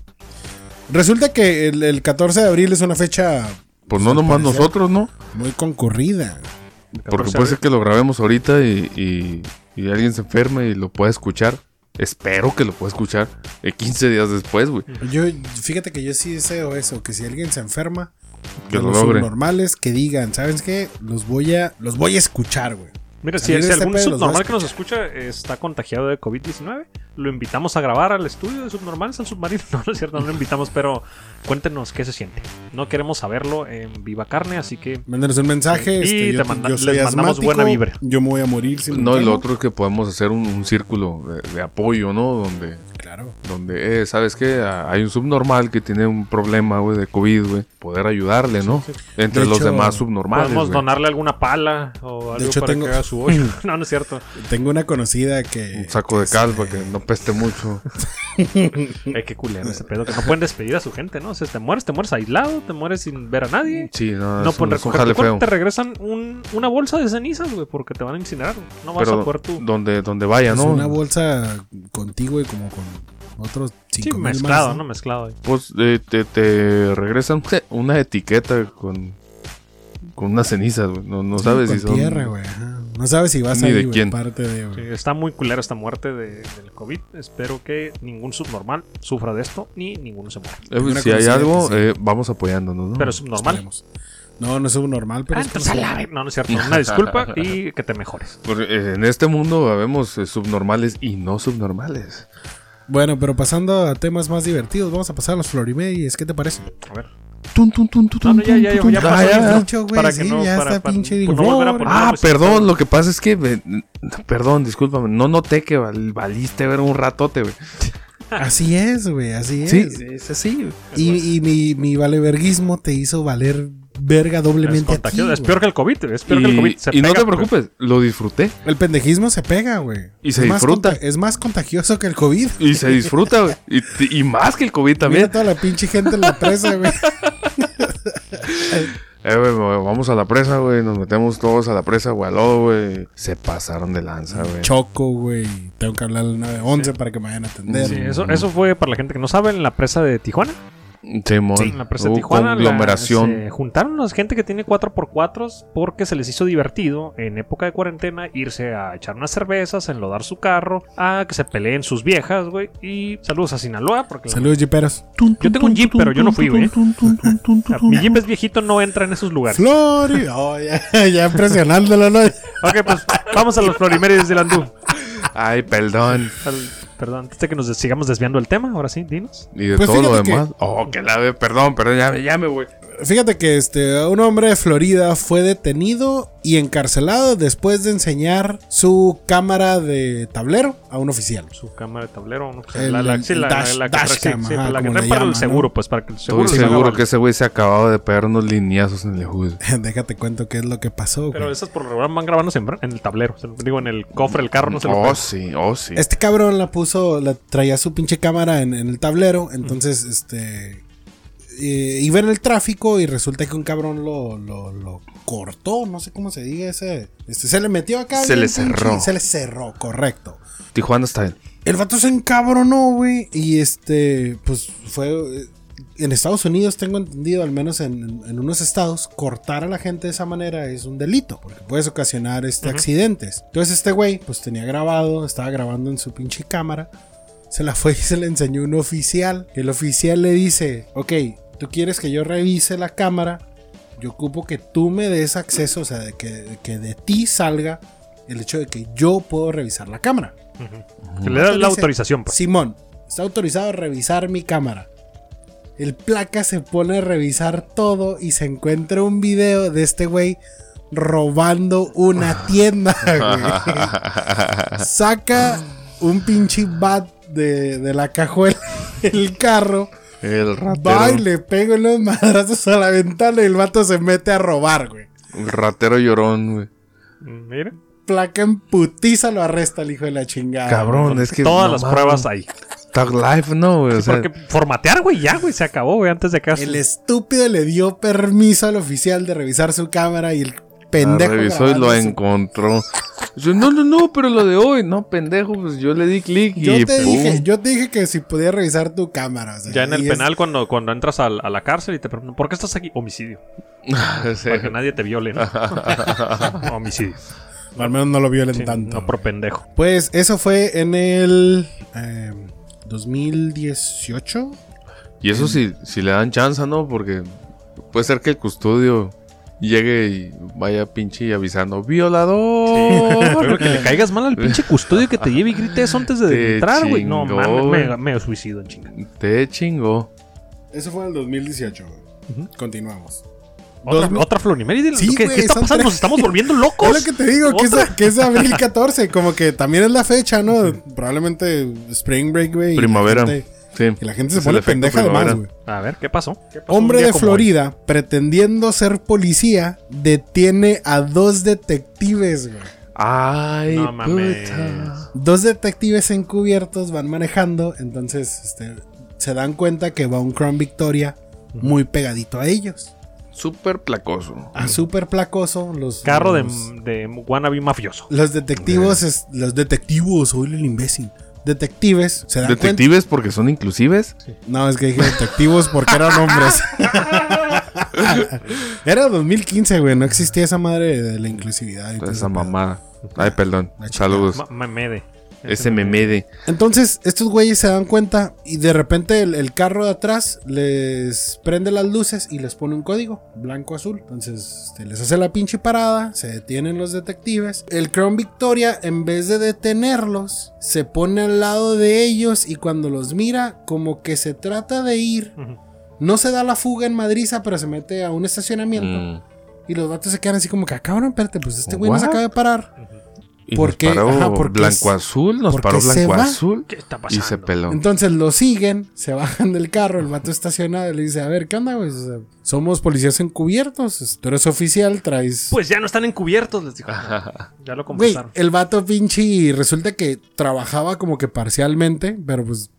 Speaker 4: Resulta que el, el 14 de abril es una fecha
Speaker 5: Pues no nomás nosotros, ¿no?
Speaker 4: muy concurrida.
Speaker 5: Porque puede ser que lo grabemos ahorita y, y- y alguien se enferme y lo pueda escuchar. Espero que lo pueda escuchar eh, 15 días después, güey.
Speaker 4: Yo, fíjate que yo sí deseo eso, que si alguien se enferma,
Speaker 5: Que
Speaker 4: de
Speaker 5: lo
Speaker 4: los
Speaker 5: logre.
Speaker 4: normales que digan, ¿sabes qué? Los voy a, los voy a escuchar, güey.
Speaker 3: Mira, si,
Speaker 4: Salir
Speaker 3: si
Speaker 4: de este
Speaker 3: algún
Speaker 4: pedo, los
Speaker 3: subnormal
Speaker 4: vas a
Speaker 3: que nos escucha eh, está contagiado de COVID-19, lo invitamos a grabar al estudio de subnormales al submarino. No, no es cierto, no lo invitamos, pero cuéntenos qué se siente. No queremos saberlo en viva carne, así que
Speaker 4: Mándanos un mensaje.
Speaker 3: Y
Speaker 4: este,
Speaker 3: te
Speaker 4: yo,
Speaker 3: manda-
Speaker 4: yo soy
Speaker 3: les mandamos
Speaker 4: asmático,
Speaker 3: buena vibra.
Speaker 4: Yo me voy a morir si me
Speaker 5: No, y lo
Speaker 4: enfermo.
Speaker 5: otro es que podemos hacer un, un círculo de, de apoyo, ¿no? Donde,
Speaker 4: Claro.
Speaker 5: donde eh, ¿sabes qué? Ah, Hay un subnormal que tiene un problema, güey, de COVID, güey. Poder ayudarle, ¿no? Entre
Speaker 4: De
Speaker 5: los
Speaker 4: hecho,
Speaker 5: demás subnormales.
Speaker 3: podemos
Speaker 5: güey.
Speaker 3: donarle alguna pala o algo
Speaker 4: hecho,
Speaker 3: para
Speaker 4: tengo-
Speaker 3: que haga su hoyo. no, no es cierto.
Speaker 4: Tengo una conocida que.
Speaker 5: Un saco de
Speaker 4: que
Speaker 5: cal
Speaker 4: se-
Speaker 5: para que no peste mucho.
Speaker 3: Eh, qué culero ese pedo. Que no pueden despedir a su gente, ¿no? O sea, te mueres, te mueres aislado, te mueres sin ver a nadie.
Speaker 5: Sí,
Speaker 3: No
Speaker 5: no, es un-
Speaker 3: pueden
Speaker 5: es un
Speaker 3: recoger
Speaker 5: jale
Speaker 3: tu cuerpo,
Speaker 5: feo.
Speaker 3: te regresan un- una bolsa de cenizas, güey, porque te van a incinerar. güey. No vas a
Speaker 5: Pero
Speaker 3: poder tú.
Speaker 5: donde, donde vaya,
Speaker 4: es
Speaker 5: ¿no?
Speaker 4: una bolsa contigo y como con otros
Speaker 3: Sí,
Speaker 4: cinco mil
Speaker 3: mezclado,
Speaker 4: más,
Speaker 3: ¿no? Mezclado. güey.
Speaker 5: Pues eh, te, te regresan una etiqueta con, con unas cenizas, güey. No, no
Speaker 4: Sí,
Speaker 5: sabes
Speaker 4: con
Speaker 5: si son.
Speaker 4: tierra, güey. ajá, No sabes si vas
Speaker 5: Ni
Speaker 4: a
Speaker 5: de
Speaker 4: ir,
Speaker 5: quién.
Speaker 4: parte de, güey.
Speaker 3: Sí, Está muy culera esta muerte de- del COVID. Espero que ningún subnormal sufra de esto ni ninguno se muera.
Speaker 5: Eh,
Speaker 4: Una
Speaker 5: si hay
Speaker 4: curiosidad
Speaker 5: algo,
Speaker 4: que sí.
Speaker 5: eh, vamos apoyándonos, ¿no?
Speaker 3: Pero subnormal.
Speaker 4: Esperemos. No, no es subnormal, pero
Speaker 3: Ah,
Speaker 4: es
Speaker 3: entonces a la
Speaker 4: conocido.
Speaker 3: vez. No, no es cierto. Una disculpa y que te mejores.
Speaker 5: Porque, eh, en este mundo vemos eh, subnormales y no subnormales.
Speaker 4: Bueno, pero pasando a temas más divertidos, vamos a pasar a los Florimedies. ¿qué te parece?
Speaker 3: A ver.
Speaker 5: Tun, tun, tun, tun,
Speaker 3: No, no, ya,
Speaker 5: tun,
Speaker 3: ya,
Speaker 5: tun,
Speaker 3: ya
Speaker 5: tun.
Speaker 3: pasó
Speaker 5: Ah,
Speaker 3: el
Speaker 5: ya.
Speaker 4: dicho, güey, sí, ya está pinche
Speaker 3: pues,
Speaker 4: digo,
Speaker 3: no volver a
Speaker 4: no,
Speaker 3: poner
Speaker 5: Ah,
Speaker 3: pues,
Speaker 5: perdón, lo que pasa es que. me- perdón, discúlpame. No noté que val- valiste ver un ratote, güey.
Speaker 4: Así es, güey, así
Speaker 5: Sí,
Speaker 4: es.
Speaker 5: es así.
Speaker 4: Y, y mi, mi valeverguismo te hizo valer verga
Speaker 3: Es,
Speaker 4: doblemente. a ti,
Speaker 3: contagioso. es
Speaker 4: güey.
Speaker 3: peor que el COVID. Es peor que el
Speaker 5: Y,
Speaker 3: COVID. Se
Speaker 5: y no
Speaker 3: pega, pues.
Speaker 5: te
Speaker 3: pero-
Speaker 5: preocupes, lo disfruté.
Speaker 4: El pendejismo se pega, güey.
Speaker 5: Y se
Speaker 4: Es más
Speaker 5: disfruta.
Speaker 4: conta- es más contagioso que el COVID.
Speaker 5: Y se disfruta, güey. Y, y más que el COVID
Speaker 4: Mira
Speaker 5: también.
Speaker 4: toda la pinche gente en la presa, güey.
Speaker 5: Eh, güey, güey, vamos a la presa, güey. Nos metemos todos a la presa, güey. al lodo, güey. Se pasaron de lanza, güey.
Speaker 4: Choco, güey. Tengo que hablar al 911 para que me vayan a atender.
Speaker 3: Sí, eso, eso fue para la gente que no sabe en la presa de Tijuana.
Speaker 5: Simón.
Speaker 3: En la presa de
Speaker 5: Hubo
Speaker 3: Tijuana. la-
Speaker 5: conglomeración.
Speaker 3: se juntaron la gente que tiene 4x4 porque se les hizo divertido en época de cuarentena irse a echar unas cervezas, enlodar su carro, a que se peleen sus viejas, güey. Y saludos a Sinaloa porque la-
Speaker 4: Saludos, jiperos.
Speaker 3: yo tengo un jeep, pero yo no fui, güey. O sea, Mi jeep es viejito, no entra en esos lugares.
Speaker 4: Flori. Oh, ya, ya impresionándolo, ¿no?
Speaker 3: Ok, pues vamos a los florimerios del Andú.
Speaker 5: Ay, perdón.
Speaker 3: Al- perdón, antes de que nos des- sigamos desviando del tema, ahora sí, dinos.
Speaker 5: Y de
Speaker 4: Pues
Speaker 5: todo lo
Speaker 4: fíjate que-
Speaker 5: demás. Oh, que la ve. Perdón, perdón. Ya, me- ya me voy.
Speaker 4: Fíjate que este, un hombre de Florida fue detenido y encarcelado después de enseñar su cámara de tablero a un oficial.
Speaker 3: Su cámara de tablero, no, pues,
Speaker 4: El-
Speaker 3: la, la, sí,
Speaker 4: el
Speaker 3: la,
Speaker 4: dash-
Speaker 3: la que trae- sí,
Speaker 4: dashcam,
Speaker 3: sí,
Speaker 4: ajá,
Speaker 3: la que
Speaker 4: como
Speaker 3: trae
Speaker 4: le
Speaker 3: para el
Speaker 4: llaman, ¿no?
Speaker 3: seguro, pues para que el seguro
Speaker 5: Estoy
Speaker 3: le haga
Speaker 5: seguro
Speaker 3: valor.
Speaker 5: que ese güey se acababa de pegar unos lineazos en el hood.
Speaker 4: Déjate cuento qué es lo que pasó.
Speaker 3: Pero
Speaker 4: güey.
Speaker 3: esas por lo regular van grabando siempre en el tablero. se lo- digo, en el cofre, el carro, no se lo
Speaker 5: Oh,
Speaker 3: pegan.
Speaker 5: sí, oh, sí.
Speaker 4: Este cabrón la puso, la traía su pinche cámara en, en el tablero, entonces este eh, iba en el tráfico y resulta que un cabrón lo, lo- lo cortó, no sé cómo se diga ese, este, se le metió acá.
Speaker 5: Se
Speaker 4: bien
Speaker 5: le
Speaker 4: pinche,
Speaker 5: cerró.
Speaker 4: Se le cerró, correcto.
Speaker 5: Tijuana está bien.
Speaker 4: El vato se encabronó, güey. Y este, pues fue. eh, En Estados Unidos, tengo entendido, al menos en, en unos estados, cortar a la gente de esa manera es un delito, porque puedes ocasionar este, accidentes. Entonces, este güey, pues tenía grabado, estaba grabando en su pinche cámara. Se la fue y se le enseñó un oficial. El oficial le dice: Ok, tú quieres que yo revise la cámara. Yo ocupo que tú me des acceso, o sea, de que, que de ti salga el hecho de que yo puedo revisar la cámara.
Speaker 3: Que le da la
Speaker 4: Dice,
Speaker 3: autorización, pues.
Speaker 4: Simón, está autorizado a revisar mi cámara. El placa se pone a revisar todo y se encuentra un video de este güey robando una tienda. güey. Saca un pinche bat de, de la cajuela del carro.
Speaker 5: El
Speaker 4: Va y
Speaker 5: ratero.
Speaker 4: le pega unos madrazos a la ventana y el vato se mete a robar, güey.
Speaker 5: El ratero llorón, güey.
Speaker 3: Mm, Mira.
Speaker 4: Placa en putiza lo arresta el hijo de la chingada.
Speaker 5: Ah, Cabrón, es que.
Speaker 3: Todas
Speaker 5: no
Speaker 3: las
Speaker 5: mames.
Speaker 3: pruebas ahí.
Speaker 5: Tag Life, no, güey. o sea,
Speaker 3: Porque formatear, güey, ya, güey, se acabó, güey, antes de que hagas-
Speaker 4: El estúpido le dio permiso al oficial de revisar su cámara y el
Speaker 5: la
Speaker 4: pendejo.
Speaker 5: Ah, revisó y lo
Speaker 4: grabando su-
Speaker 5: encontró. Yo, no, no, no, pero lo de hoy, no, pendejo. Pues yo le di clic y.
Speaker 4: Yo te,
Speaker 5: ¡pum!
Speaker 4: dije, yo te dije que si podía revisar tu cámara. o sea,
Speaker 3: Ya en el
Speaker 4: y es-
Speaker 3: penal, cuando, cuando entras al- a, la cárcel y te preguntan, ¿por qué estás aquí? Homicidio.
Speaker 5: Sí.
Speaker 3: Para que nadie te viole, ¿no? Homicidio.
Speaker 4: Al menos no lo violen
Speaker 3: Sí,
Speaker 4: tanto.
Speaker 3: no por pendejo.
Speaker 4: Pues eso fue en el eh, 2018.
Speaker 5: Y eso si, si le dan chance, ¿no? Porque puede ser que el custodio llegue y vaya pinche y avisando,
Speaker 3: Pero
Speaker 5: ¡violador!
Speaker 3: que le caigas mal al pinche custodio que te lleve y grite eso antes
Speaker 5: Te
Speaker 3: de entrar, güey. No,
Speaker 5: chingó,
Speaker 3: mames,
Speaker 5: güey.
Speaker 3: me, me suicido en chinga.
Speaker 5: Te chingo.
Speaker 4: Eso fue en el 2018. güey. Continuamos.
Speaker 3: Otra,
Speaker 4: Dos mil-
Speaker 3: otra Florimérida.
Speaker 4: Sí,
Speaker 3: ¿Qué,
Speaker 4: güey,
Speaker 3: qué está
Speaker 4: son
Speaker 3: pasando?
Speaker 4: tres.
Speaker 3: ¿Nos estamos volviendo
Speaker 4: Es
Speaker 3: locos?
Speaker 4: lo que te digo, que es,
Speaker 3: ¿Otra?
Speaker 4: que es abril 14. Como que también es la fecha, ¿no? Probablemente Spring Break, güey. y la
Speaker 5: Primavera.
Speaker 4: gente-
Speaker 5: Sí.
Speaker 4: Y la gente se
Speaker 5: Es el
Speaker 4: pone
Speaker 5: efecto
Speaker 4: pendeja además,
Speaker 5: primavera.
Speaker 4: güey.
Speaker 3: A ver, ¿qué pasó? ¿Qué pasó un
Speaker 4: Hombre
Speaker 3: día
Speaker 4: de
Speaker 3: como
Speaker 4: Florida, pretendiendo ser policía, detiene a dos detectives, güey.
Speaker 5: Ay,
Speaker 3: No mames.
Speaker 5: puta.
Speaker 4: Dos detectives encubiertos van manejando, entonces este, se dan cuenta que va un Crown Victoria muy pegadito a ellos.
Speaker 5: Súper placoso.
Speaker 4: A súper placoso, los...
Speaker 3: hoy? Ah. Carro de,
Speaker 4: los-
Speaker 3: de wannabe mafioso.
Speaker 4: Los detectivos, es- los detectivos, oye el imbécil. Detectives, se dan cuenta...
Speaker 5: Detectives porque son inclusives.
Speaker 4: No, es que dije detectivos porque eran hombres. Era 2015, güey, no existía esa madre de la inclusividad.
Speaker 5: Toda
Speaker 4: entonces,
Speaker 5: Esa
Speaker 4: pedo.
Speaker 5: mamada. Ay, perdón.
Speaker 4: La chica.
Speaker 5: Saludos.
Speaker 3: Ma- Mamede.
Speaker 5: Ese memede.
Speaker 4: Entonces, estos güeyes se dan cuenta y de repente el, el carro de atrás les prende las luces y les pone un código blanco-azul. Entonces, este, les hace la pinche parada, se detienen los detectives. El Crown Victoria, en vez de detenerlos, se pone al lado de ellos y cuando los mira, como que se trata de ir.
Speaker 3: Ujú.
Speaker 4: No se da la fuga en Madriza, pero se mete a un estacionamiento.
Speaker 5: Mm.
Speaker 4: Y los vatos se quedan así como que, "Ah, cabrón, espérate, pues este güey nos
Speaker 5: What?
Speaker 4: acaba de parar.
Speaker 5: Y
Speaker 4: ¿Por
Speaker 5: nos
Speaker 4: qué?
Speaker 5: paró
Speaker 4: Ajá, ¿por qué
Speaker 5: blanco
Speaker 4: se-
Speaker 5: azul, nos
Speaker 4: por
Speaker 5: paró
Speaker 4: qué se
Speaker 5: blanco
Speaker 4: va?
Speaker 5: azul
Speaker 3: ¿Qué está
Speaker 5: y
Speaker 3: pasando?
Speaker 5: se peló.
Speaker 4: Entonces lo siguen, se bajan del carro, el vato estacionado y le dice, a ver, ¿qué onda, güey? O sea, somos policías encubiertos, tú eres oficial, traes...
Speaker 3: Pues ya no están encubiertos, les dijo. Ya lo
Speaker 4: Güey, eh,
Speaker 3: confesaron.
Speaker 4: el vato pinche y resulta que trabajaba como que parcialmente, pero pues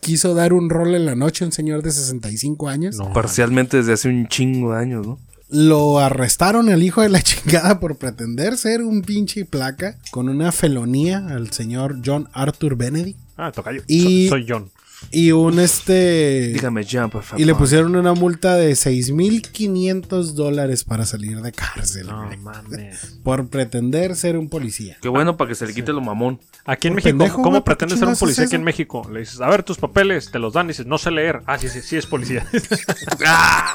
Speaker 4: quiso dar un rol en la noche a un señor de 65 años.
Speaker 5: Parcialmente desde hace un chingo de años, ¿no?
Speaker 4: Lo arrestaron el hijo de la chingada por pretender ser un pinche placa con una felonía al señor John Arthur Benedict
Speaker 3: Ah, tocayo.
Speaker 4: Y-
Speaker 3: Soy, soy John.
Speaker 4: y un este...
Speaker 5: Dígame, Jean, por favor.
Speaker 4: Y le pusieron una multa de 6.500 dólares para salir de cárcel
Speaker 3: No
Speaker 4: güey,
Speaker 3: mames.
Speaker 4: por pretender ser un policía.
Speaker 5: Qué bueno para que se le quite lo mamón.
Speaker 3: Aquí en
Speaker 4: Por
Speaker 3: México,
Speaker 4: pendejo,
Speaker 3: ¿cómo
Speaker 4: güey, ¿por qué
Speaker 3: pretendes ser un
Speaker 4: chingados
Speaker 3: policía
Speaker 4: es
Speaker 3: aquí en
Speaker 4: eso?
Speaker 3: México? Le dices, a ver tus papeles, te los dan y dices, no sé leer. Ah, sí, sí, sí es policía.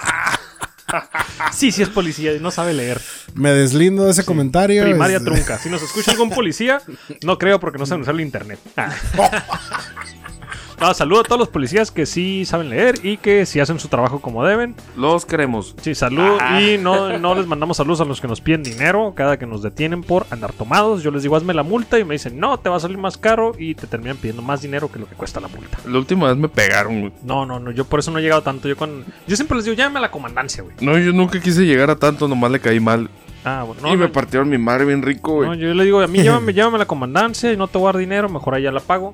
Speaker 3: Ah. sí, sí es policía, no sabe leer.
Speaker 4: Me deslindo de ese comentario.
Speaker 3: Primaria
Speaker 4: este,
Speaker 3: trunca. Si nos escucha algún policía, no creo porque no saben usar el internet. Ah. No, saludo a todos los policías que sí saben leer y que sí hacen su trabajo como deben.
Speaker 5: Los queremos.
Speaker 3: Sí, salud. Y no, no les mandamos saludos a los que nos piden dinero cada que nos detienen por andar tomados. Yo les digo, hazme la multa y me dicen, no, te va a salir más caro y te terminan pidiendo más dinero que lo que cuesta la multa.
Speaker 5: La última vez me pegaron, güey.
Speaker 3: No, no, no, yo por eso no he llegado tanto. Yo con yo siempre les digo, llámame a la comandancia, güey.
Speaker 5: No, yo nunca quise llegar a tanto, nomás le caí mal.
Speaker 3: Ah, bueno, no,
Speaker 5: y me
Speaker 3: no,
Speaker 5: partieron mi madre bien rico, güey.
Speaker 3: no, yo le digo, a mí llámame, llámame a la comandancia y no te voy a dar dinero, mejor allá la pago.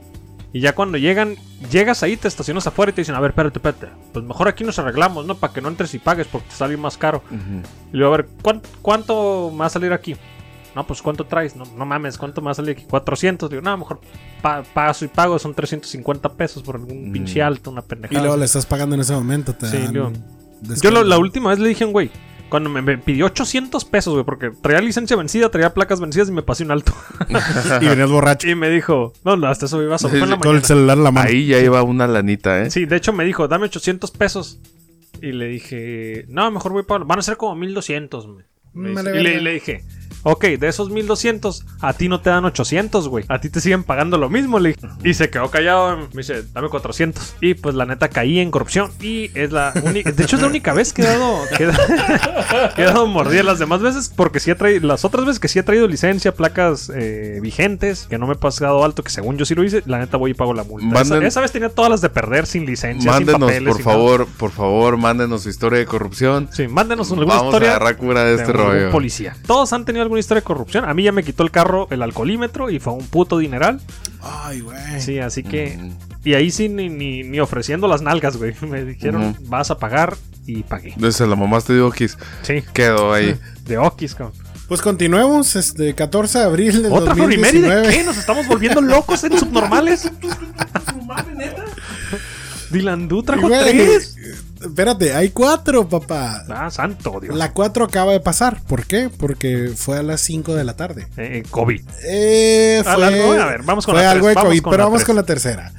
Speaker 3: Y ya cuando llegan, llegas ahí, te estacionas afuera y te dicen, a ver, espérate, espérate, pues mejor aquí nos arreglamos, ¿no? Para que no entres y pagues porque te sale más caro.
Speaker 5: Ujú.
Speaker 3: Y luego, a ver, ¿cuán- ¿cuánto me va a salir aquí? No, pues ¿cuánto traes? No, no mames, ¿cuánto me va a salir aquí? 400. Digo, no, mejor pa- paso y pago, son 350 pesos por algún
Speaker 5: Mm.
Speaker 3: pinche alto, una
Speaker 4: Y
Speaker 3: pendejada.
Speaker 4: luego le estás pagando en ese momento. Te
Speaker 3: Sí,
Speaker 4: dan
Speaker 3: yo-
Speaker 4: descuento.
Speaker 3: Yo lo- la última vez le dije a un güey, cuando me, me pidió 800 pesos, güey, porque traía licencia vencida, traía placas vencidas y me pasé un alto.
Speaker 4: y venías borracho.
Speaker 3: y me dijo, no, no, hasta eso iba a en la
Speaker 4: Con el
Speaker 3: mañana.
Speaker 4: celular en la mano.
Speaker 5: Ahí ya iba una lanita, ¿eh?
Speaker 3: Sí, de hecho me dijo, dame 800 pesos. Y le dije, no, mejor voy para... Van a ser como 1200, me. me
Speaker 4: Mm, Vale,
Speaker 3: dice. y le,
Speaker 4: verga.
Speaker 3: le dije, ok, de esos 1200, a ti no te dan 800, güey. A ti te siguen pagando lo mismo, le dije. Y se quedó callado, me dice, dame 400. Y pues la neta caí en corrupción. Y es la única... De hecho es la única vez que he dado... Que he dado- que he dado mordida. Las demás veces, porque sí he traído... Las otras veces que sí he traído licencia, placas eh, vigentes, que no me he pasado alto, que según yo sí lo hice, la neta voy y pago la multa.
Speaker 5: Manden-
Speaker 3: esa, esa vez tenía todas las de perder sin licencia. Sí, sin
Speaker 5: Mándenos,
Speaker 3: papeles
Speaker 5: por
Speaker 3: y nada.
Speaker 5: favor, por favor, mándenos su historia de corrupción.
Speaker 3: Sí, mándenos alguna
Speaker 5: Vamos a
Speaker 3: historia
Speaker 5: agarrar cura de este
Speaker 3: algún
Speaker 5: rollo.
Speaker 3: policía. Todos han tenido alguna historia de corrupción. A mí ya me quitó el carro el alcoholímetro y fue un puto dineral.
Speaker 4: Ay, güey.
Speaker 3: Sí, así que.
Speaker 5: Mm.
Speaker 3: Y ahí sí ni, ni, ni ofreciendo las nalgas, güey. Me dijeron,
Speaker 5: Ujú.
Speaker 3: vas a pagar y pagué.
Speaker 5: Desde la mamá te digo que
Speaker 3: Sí,
Speaker 5: quedó ahí.
Speaker 3: de Okis, cabrón.
Speaker 4: Pues continuemos. Este 14 de abril del
Speaker 3: ¿Otra Florimérida?
Speaker 4: 2019.
Speaker 3: ¿Qué? ¿Nos estamos volviendo locos en subnormales? Dylan Du trajo
Speaker 4: Güey,
Speaker 3: tres.
Speaker 4: Espérate, hay cuatro, papá.
Speaker 3: Ah, santo Dios.
Speaker 4: La cuatro acaba de pasar. ¿Por qué? Porque fue a las 5 de la tarde.
Speaker 3: Eh, COVID.
Speaker 4: Eh,
Speaker 3: Ah,
Speaker 4: fue,
Speaker 3: algo, a ver, vamos con
Speaker 4: fue
Speaker 3: la
Speaker 4: algo
Speaker 3: tres,
Speaker 4: de
Speaker 3: vamos
Speaker 4: COVID,
Speaker 3: con
Speaker 4: pero
Speaker 3: la
Speaker 4: vamos
Speaker 3: tres.
Speaker 4: con la tercera.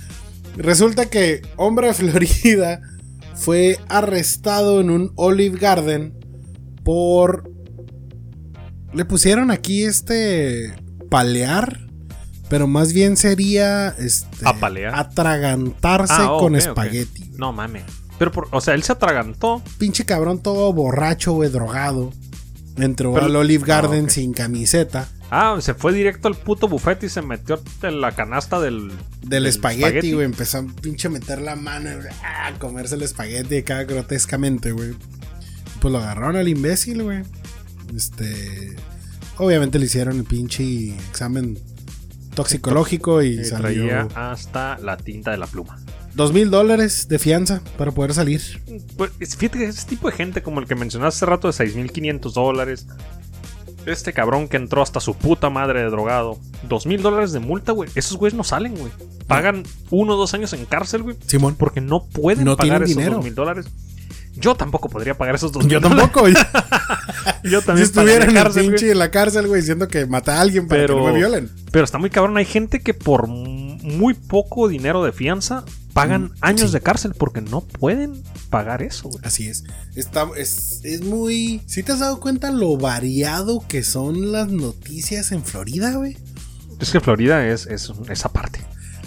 Speaker 4: Resulta que hombre de Florida fue arrestado en un Olive Garden por... Le pusieron aquí este palear, pero más bien sería este,
Speaker 3: Apalear.
Speaker 4: atragantarse
Speaker 3: Ah, oh,
Speaker 4: con
Speaker 3: ok, ok.
Speaker 4: espagueti. güey.
Speaker 3: No mames. Pero, por, o sea, él se atragantó.
Speaker 4: Pinche cabrón todo borracho, güey, drogado. Entró
Speaker 3: Pero-
Speaker 4: al Olive
Speaker 3: Ah,
Speaker 4: Garden
Speaker 3: ok.
Speaker 4: sin camiseta
Speaker 3: Ah, se fue directo al puto buffet y se metió en la canasta del.
Speaker 4: del espagueti, güey. Empezó a pinche meter la mano y ah, comerse el espagueti acá grotescamente, güey. Pues lo agarraron al imbécil, güey. Este. Obviamente le hicieron el pinche examen toxicológico y
Speaker 3: Y traía
Speaker 4: salió
Speaker 3: hasta la tinta de la pluma.
Speaker 4: dos mil dólares de fianza para poder salir.
Speaker 3: Pues, es- fíjate que ese tipo de gente, como el que mencionaste hace rato, de 6.500 dólares. Este cabrón que entró hasta su puta madre de drogado. 2.000 dólares de multa, güey. Esos güeyes no salen, güey. Pagan uno o dos años en cárcel, güey.
Speaker 4: Simón.
Speaker 3: Porque no pueden
Speaker 4: No
Speaker 3: pagar
Speaker 4: tienen
Speaker 3: esos
Speaker 4: dinero.
Speaker 3: 2.000 dólares. Yo tampoco podría pagar esos 2.000
Speaker 4: Yo
Speaker 3: dólares.
Speaker 4: tampoco.
Speaker 3: Yo
Speaker 4: Si
Speaker 3: también
Speaker 4: estuviera en
Speaker 3: la
Speaker 4: el
Speaker 3: cárcel, güey.
Speaker 4: pinche de la cárcel, güey, diciendo que mata a alguien para
Speaker 3: Pero-
Speaker 4: que no me violen.
Speaker 3: Pero está muy cabrón. Hay gente que por m- muy poco dinero de fianza
Speaker 4: Mm,
Speaker 3: pagan años de cárcel porque no pueden pagar eso, güey.
Speaker 4: Así es. Está, es. Es muy. ¿Sí te has dado cuenta lo variado que son las noticias en Florida, güey?
Speaker 3: Es que Florida es, es esa parte.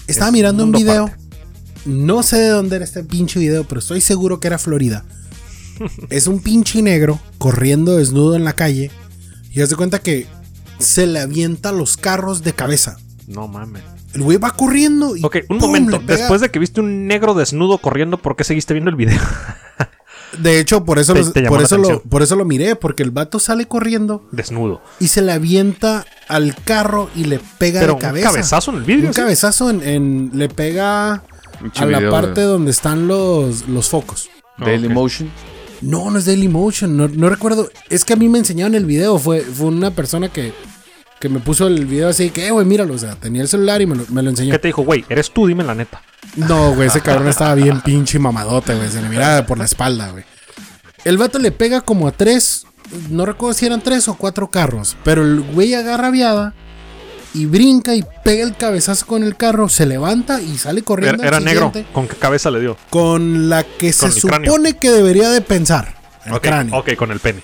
Speaker 4: Estaba
Speaker 3: Es
Speaker 4: mirando un
Speaker 3: mundo
Speaker 4: video.
Speaker 3: aparte.
Speaker 4: No sé de dónde era este pinche video, pero estoy seguro que era Florida. es un pinche negro corriendo desnudo en la calle. Y haz de cuenta que se le avienta los carros de cabeza.
Speaker 3: No mames.
Speaker 4: El güey va corriendo y.
Speaker 3: Ok, un
Speaker 4: ¡pum!
Speaker 3: momento.
Speaker 4: le pega.
Speaker 3: Después de que viste un negro desnudo corriendo, ¿por qué seguiste viendo el video?
Speaker 4: De hecho, por eso,
Speaker 3: Te-
Speaker 4: los-
Speaker 3: te llamó
Speaker 4: por,
Speaker 3: la
Speaker 4: eso lo,
Speaker 3: atención.
Speaker 4: por eso lo miré, porque el vato sale corriendo
Speaker 3: desnudo.
Speaker 4: y se le avienta al carro y le pega
Speaker 3: Pero
Speaker 4: de
Speaker 3: un
Speaker 4: cabeza.
Speaker 3: cabezazo en el vidrio.
Speaker 4: Un
Speaker 3: sí.
Speaker 4: cabezazo en, en- le pega
Speaker 5: Pinche
Speaker 4: a la
Speaker 5: video,
Speaker 4: parte
Speaker 5: güey.
Speaker 4: donde están los, los focos.
Speaker 5: Daily
Speaker 3: Ok.
Speaker 5: Motion.
Speaker 4: No, no es Dailymotion, no, no recuerdo. Es que a mí me enseñaron el video, fue, fue una persona que, que me puso el video así, que, eh, güey, míralo, o sea, tenía el celular y me lo, me lo enseñó.
Speaker 3: ¿Qué te dijo, güey? Eres tú, dime la neta.
Speaker 4: No, güey, ese cabrón estaba bien pinche mamadote, güey, se le miraba por la espalda, güey. El vato le pega como a tres, no recuerdo si eran tres o cuatro carros, pero el güey agarra viada y brinca y pega el cabezazo con el carro, se levanta y sale
Speaker 3: Era,
Speaker 4: corriendo. al
Speaker 3: Er, era negro.
Speaker 4: siguiente
Speaker 3: ¿Con qué cabeza le dio?
Speaker 4: Con la que se
Speaker 3: Con el cráneo.
Speaker 4: supone que debería de pensar. El
Speaker 3: Ok,
Speaker 4: cráneo.
Speaker 3: ok, con el pene.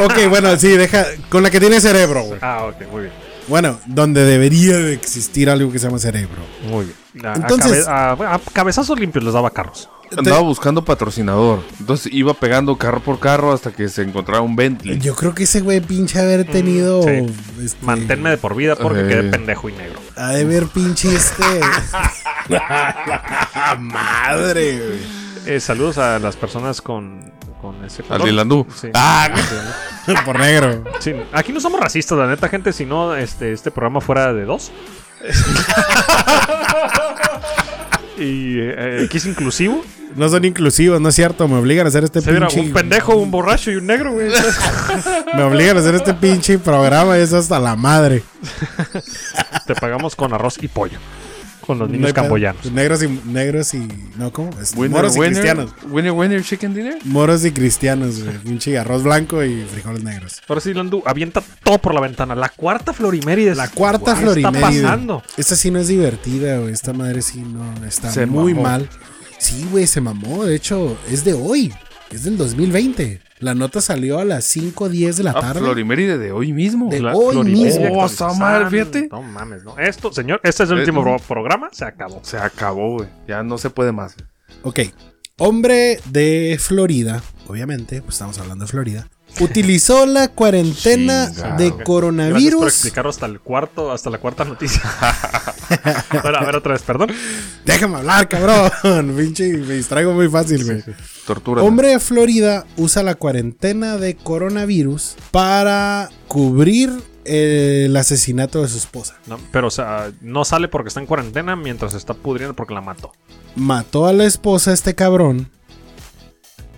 Speaker 4: Ok, bueno, sí, deja. Con la que tiene cerebro, güey.
Speaker 3: Ah, ok, muy bien.
Speaker 4: Bueno, donde debería de existir algo que se llama cerebro.
Speaker 3: Muy bien. Ah, A- a
Speaker 4: Entonces-
Speaker 3: cabe- a- a cabezazos limpios les daba carros.
Speaker 5: Andaba buscando patrocinador. Entonces iba pegando carro por carro hasta que se encontraba un Bentley.
Speaker 4: Yo creo que ese güey pinche haber tenido.
Speaker 3: Mm, sí.
Speaker 4: este,
Speaker 3: Manténme de por vida porque
Speaker 5: Eh.
Speaker 3: quedé pendejo y negro.
Speaker 4: Ha de ver pinche este. Madre, güey.
Speaker 3: Eh, saludos a las personas con, con ese
Speaker 5: Al
Speaker 3: color.
Speaker 5: Lilandú.
Speaker 3: Sí.
Speaker 5: Ah,
Speaker 4: Por negro.
Speaker 3: Sí, Aquí no somos racistas, la neta, gente. Si no, este, este programa fuera de dos. y eh, aquí es inclusivo.
Speaker 4: No son inclusivos, ¿no es cierto? Me obligan a hacer este
Speaker 3: Se verá
Speaker 4: pinche.
Speaker 3: un pendejo, un borracho y un negro, güey.
Speaker 4: Me obligan a hacer este pinche programa y es hasta la madre.
Speaker 3: Te pagamos con arroz y pollo. Con los
Speaker 4: No
Speaker 3: niños
Speaker 4: hay pedo. Pues
Speaker 3: camboyanos.
Speaker 4: Negros y. Negros y. No, ¿cómo? Este,
Speaker 5: winner,
Speaker 4: moros y
Speaker 5: winner,
Speaker 4: cristianos.
Speaker 5: winner, winner, chicken dinner.
Speaker 4: Moros y cristianos, güey. Pinche arroz blanco y frijoles negros.
Speaker 3: Ahora sí, Landú, avienta todo por la ventana. La cuarta Florimérides.
Speaker 4: La cuarta Oh,
Speaker 3: ¿Qué
Speaker 4: Florimérida.
Speaker 3: está pasando?
Speaker 4: Esta sí no es divertida, güey. Esta madre sí no está
Speaker 5: Se
Speaker 4: muy
Speaker 5: mamó.
Speaker 4: mal. Sí, güey, se mamó. De hecho, es de hoy. Es del 2020. La nota salió a las 5.10 de la
Speaker 5: Ah,
Speaker 4: tarde.
Speaker 5: Floriméride de hoy mismo.
Speaker 4: De
Speaker 5: La-
Speaker 4: hoy
Speaker 3: Florimérides
Speaker 4: mismo.
Speaker 5: Oh, esa madre, fíjate.
Speaker 3: No mames, no. Esto, señor, este es el
Speaker 5: Eh,
Speaker 3: último
Speaker 5: no.
Speaker 3: pro- programa. Se acabó.
Speaker 5: Se acabó, güey. Ya no se puede más.
Speaker 4: Ok. Hombre de Florida, obviamente, pues estamos hablando de Florida. Utilizó la cuarentena
Speaker 5: Chingado.
Speaker 4: de
Speaker 3: Gracias por
Speaker 4: coronavirus.
Speaker 3: explicar hasta el cuarto, hasta la cuarta noticia. bueno, a ver otra vez, perdón.
Speaker 4: Déjame hablar, cabrón. Pinche, me distraigo muy fácil, güey.
Speaker 5: Tortura.
Speaker 4: Hombre de Florida usa la cuarentena de coronavirus para cubrir el asesinato de su esposa.
Speaker 3: No, pero, o sea, no sale porque está en cuarentena mientras se está pudriendo porque la mató.
Speaker 4: Mató a la esposa este cabrón.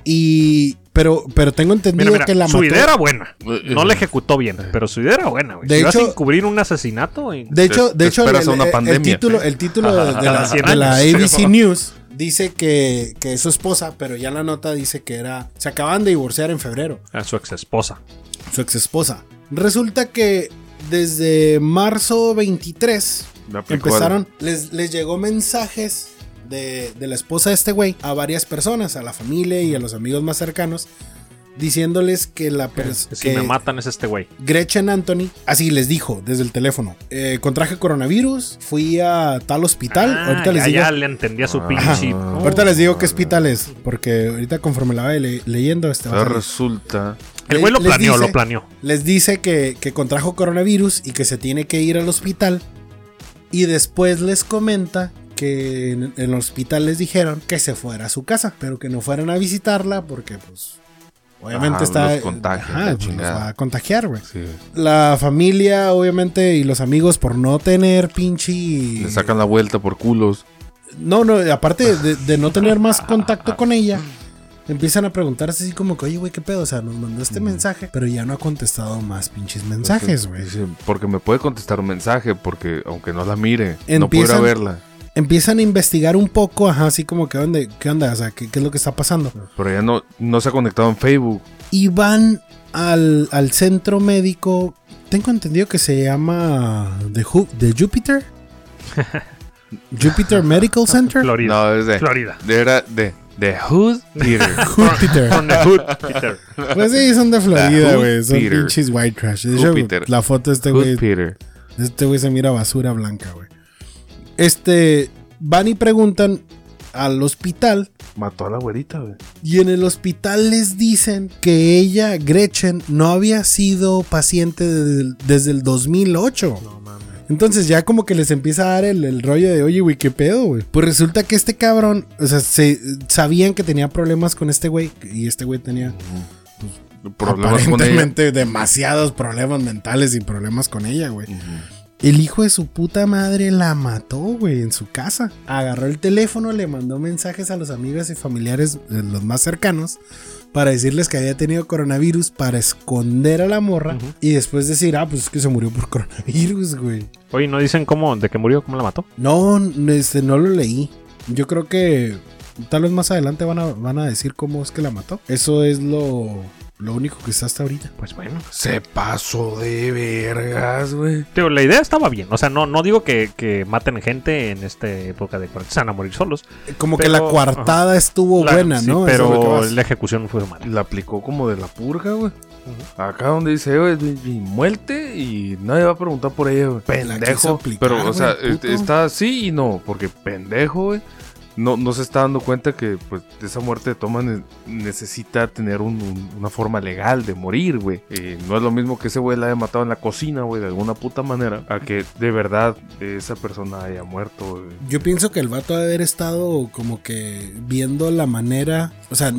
Speaker 4: Y. Pero, pero tengo entendido
Speaker 3: Mira, mira,
Speaker 4: que la
Speaker 3: su
Speaker 4: mató.
Speaker 3: idea era buena.
Speaker 5: Pues,
Speaker 3: No
Speaker 5: eh,
Speaker 3: la ejecutó bien, pero su idea era buena, güey.
Speaker 4: De
Speaker 3: Si vas a
Speaker 4: hecho-
Speaker 3: encubrir un asesinato y-
Speaker 4: De hecho,
Speaker 5: Te-
Speaker 4: de
Speaker 5: te
Speaker 4: hecho el,
Speaker 5: esperas a una
Speaker 4: el- el
Speaker 5: pandemia.
Speaker 4: título, el título de, de la,
Speaker 3: Cada cien
Speaker 4: de la
Speaker 3: años.
Speaker 4: ABC News dice que, que es su esposa, pero ya la nota dice que era. Se acaban de divorciar en febrero.
Speaker 3: a su ex esposa.
Speaker 4: Su ex esposa. Resulta que desde marzo 23
Speaker 5: Me aplicó
Speaker 4: Empezaron, les, les llegó mensajes de, de la esposa de este güey a varias personas, a la familia y a los amigos más cercanos, diciéndoles que la pers-
Speaker 3: Si
Speaker 4: que
Speaker 3: me matan es este güey.
Speaker 4: Gretchen Anthony, así les dijo desde el teléfono, eh, contraje coronavirus, fui a tal hospital,
Speaker 3: Ah,
Speaker 4: ahorita les
Speaker 3: ya,
Speaker 4: digo...
Speaker 3: ya Oh, le entendía su
Speaker 5: Ah.
Speaker 3: pinche.
Speaker 5: Ajá.
Speaker 4: Ahorita les digo qué hospital es, porque ahorita conforme la vaya le- leyendo, este
Speaker 5: al-
Speaker 4: va a
Speaker 5: Ahora
Speaker 4: salir.
Speaker 5: resulta.
Speaker 3: El güey lo
Speaker 4: Les
Speaker 3: planeó,
Speaker 4: dice-
Speaker 3: lo planeó.
Speaker 4: les dice que, que contrajo coronavirus y que se tiene que ir al hospital. Y después les comenta que en, en el hospital les dijeron que se fuera a su casa, pero que no fueran a visitarla porque pues obviamente
Speaker 5: Ajá,
Speaker 4: está...
Speaker 5: Ah, los contagia,
Speaker 4: Ajá,
Speaker 5: la
Speaker 4: pues, los
Speaker 5: chingada.
Speaker 4: va a contagiar, güey.
Speaker 5: Sí.
Speaker 4: La familia, obviamente, y los amigos por no tener pinche...
Speaker 5: Le sacan la vuelta por culos.
Speaker 4: No, no, aparte de, de no tener más contacto con ella, empiezan a preguntarse así como que, oye, güey, ¿qué pedo? O sea, nos mandó este mensaje, pero ya no ha contestado más pinches
Speaker 5: Pues
Speaker 4: mensajes, güey.
Speaker 5: Dice, Porque me puede contestar un mensaje, porque aunque no la mire, no puedo ir a
Speaker 4: Empiezan-
Speaker 5: verla.
Speaker 4: Empiezan a investigar un poco, ajá, así como que, ¿dónde, ¿qué onda? O sea, ¿qué, qué es lo que está pasando?
Speaker 5: Pero ya no, no se ha conectado en Facebook.
Speaker 4: Y van al, al centro médico. Tengo entendido que se llama The, Ju- The Jupiter. Jupiter Medical Center.
Speaker 3: Florida.
Speaker 5: No, eh. es de.
Speaker 3: Florida.
Speaker 5: Era de. De Hood Theater.
Speaker 4: Júpiter.
Speaker 3: From the hood, Peter.
Speaker 4: Pues sí, son de Florida,
Speaker 5: La
Speaker 4: güey. Son
Speaker 5: Jupiter.
Speaker 4: pinches white trash. De hecho,
Speaker 5: Ah, Júpiter.
Speaker 4: la foto de este güey
Speaker 5: Hood Peter.
Speaker 4: Este güey se mira basura blanca, güey. Este, van y preguntan al hospital
Speaker 5: Mató a la güerita, güey.
Speaker 4: y en el hospital les dicen que ella, Gretchen, no había sido paciente de- desde el 2008. Entonces ya como que les empieza a dar el, el rollo de, oye, güey, ¿qué pedo, güey? Pues resulta que este cabrón, o sea, se, sabían que tenía problemas con este güey y este güey tenía
Speaker 5: Problemas con ella.
Speaker 4: aparentemente demasiados problemas mentales y problemas con ella, güey. El hijo de su puta madre la mató, güey, en su casa. Agarró el teléfono, le mandó mensajes a los amigos y familiares, eh, los más cercanos, para decirles que había tenido coronavirus, para esconder a la morra y después decir, ah, pues es que se murió por coronavirus, güey.
Speaker 3: Oye, ¿no dicen cómo, de que murió, cómo la mató?
Speaker 4: No, n- este, no lo leí. Yo creo que tal vez más adelante van a, van a decir cómo es que la mató. Eso es lo, lo único que está hasta ahorita.
Speaker 3: Pues bueno.
Speaker 5: Se pasó de vergas, güey.
Speaker 3: Tío, la idea estaba bien. O sea, no, no digo que, que maten gente en esta época de cuarentena van a morir solos.
Speaker 4: Como
Speaker 3: Pero-
Speaker 4: que la coartada estuvo
Speaker 3: Claro,
Speaker 4: Uh, buena,
Speaker 3: sí,
Speaker 4: ¿no? Eso es lo que
Speaker 3: pero
Speaker 4: vas.
Speaker 3: la ejecución fue mala.
Speaker 5: La aplicó como de la purga, güey. Acá donde dice, güey, mi- mi muerte y nadie va a preguntar por ella, güey.
Speaker 4: quiso
Speaker 5: Pendejo.
Speaker 4: aplicar,
Speaker 5: pero, o sea,
Speaker 4: güey,
Speaker 5: este,
Speaker 4: puto.
Speaker 5: está sí y no, porque pendejo, güey. No, no se está dando cuenta que pues esa muerte de Thomas ne- necesita tener un- un- una forma legal de morir, güey. Y no es lo mismo que ese güey la haya matado en la cocina, güey, de alguna puta manera, a que de verdad esa persona haya muerto, güey.
Speaker 4: Yo pienso que el vato ha de haber estado como que viendo la manera, o sea,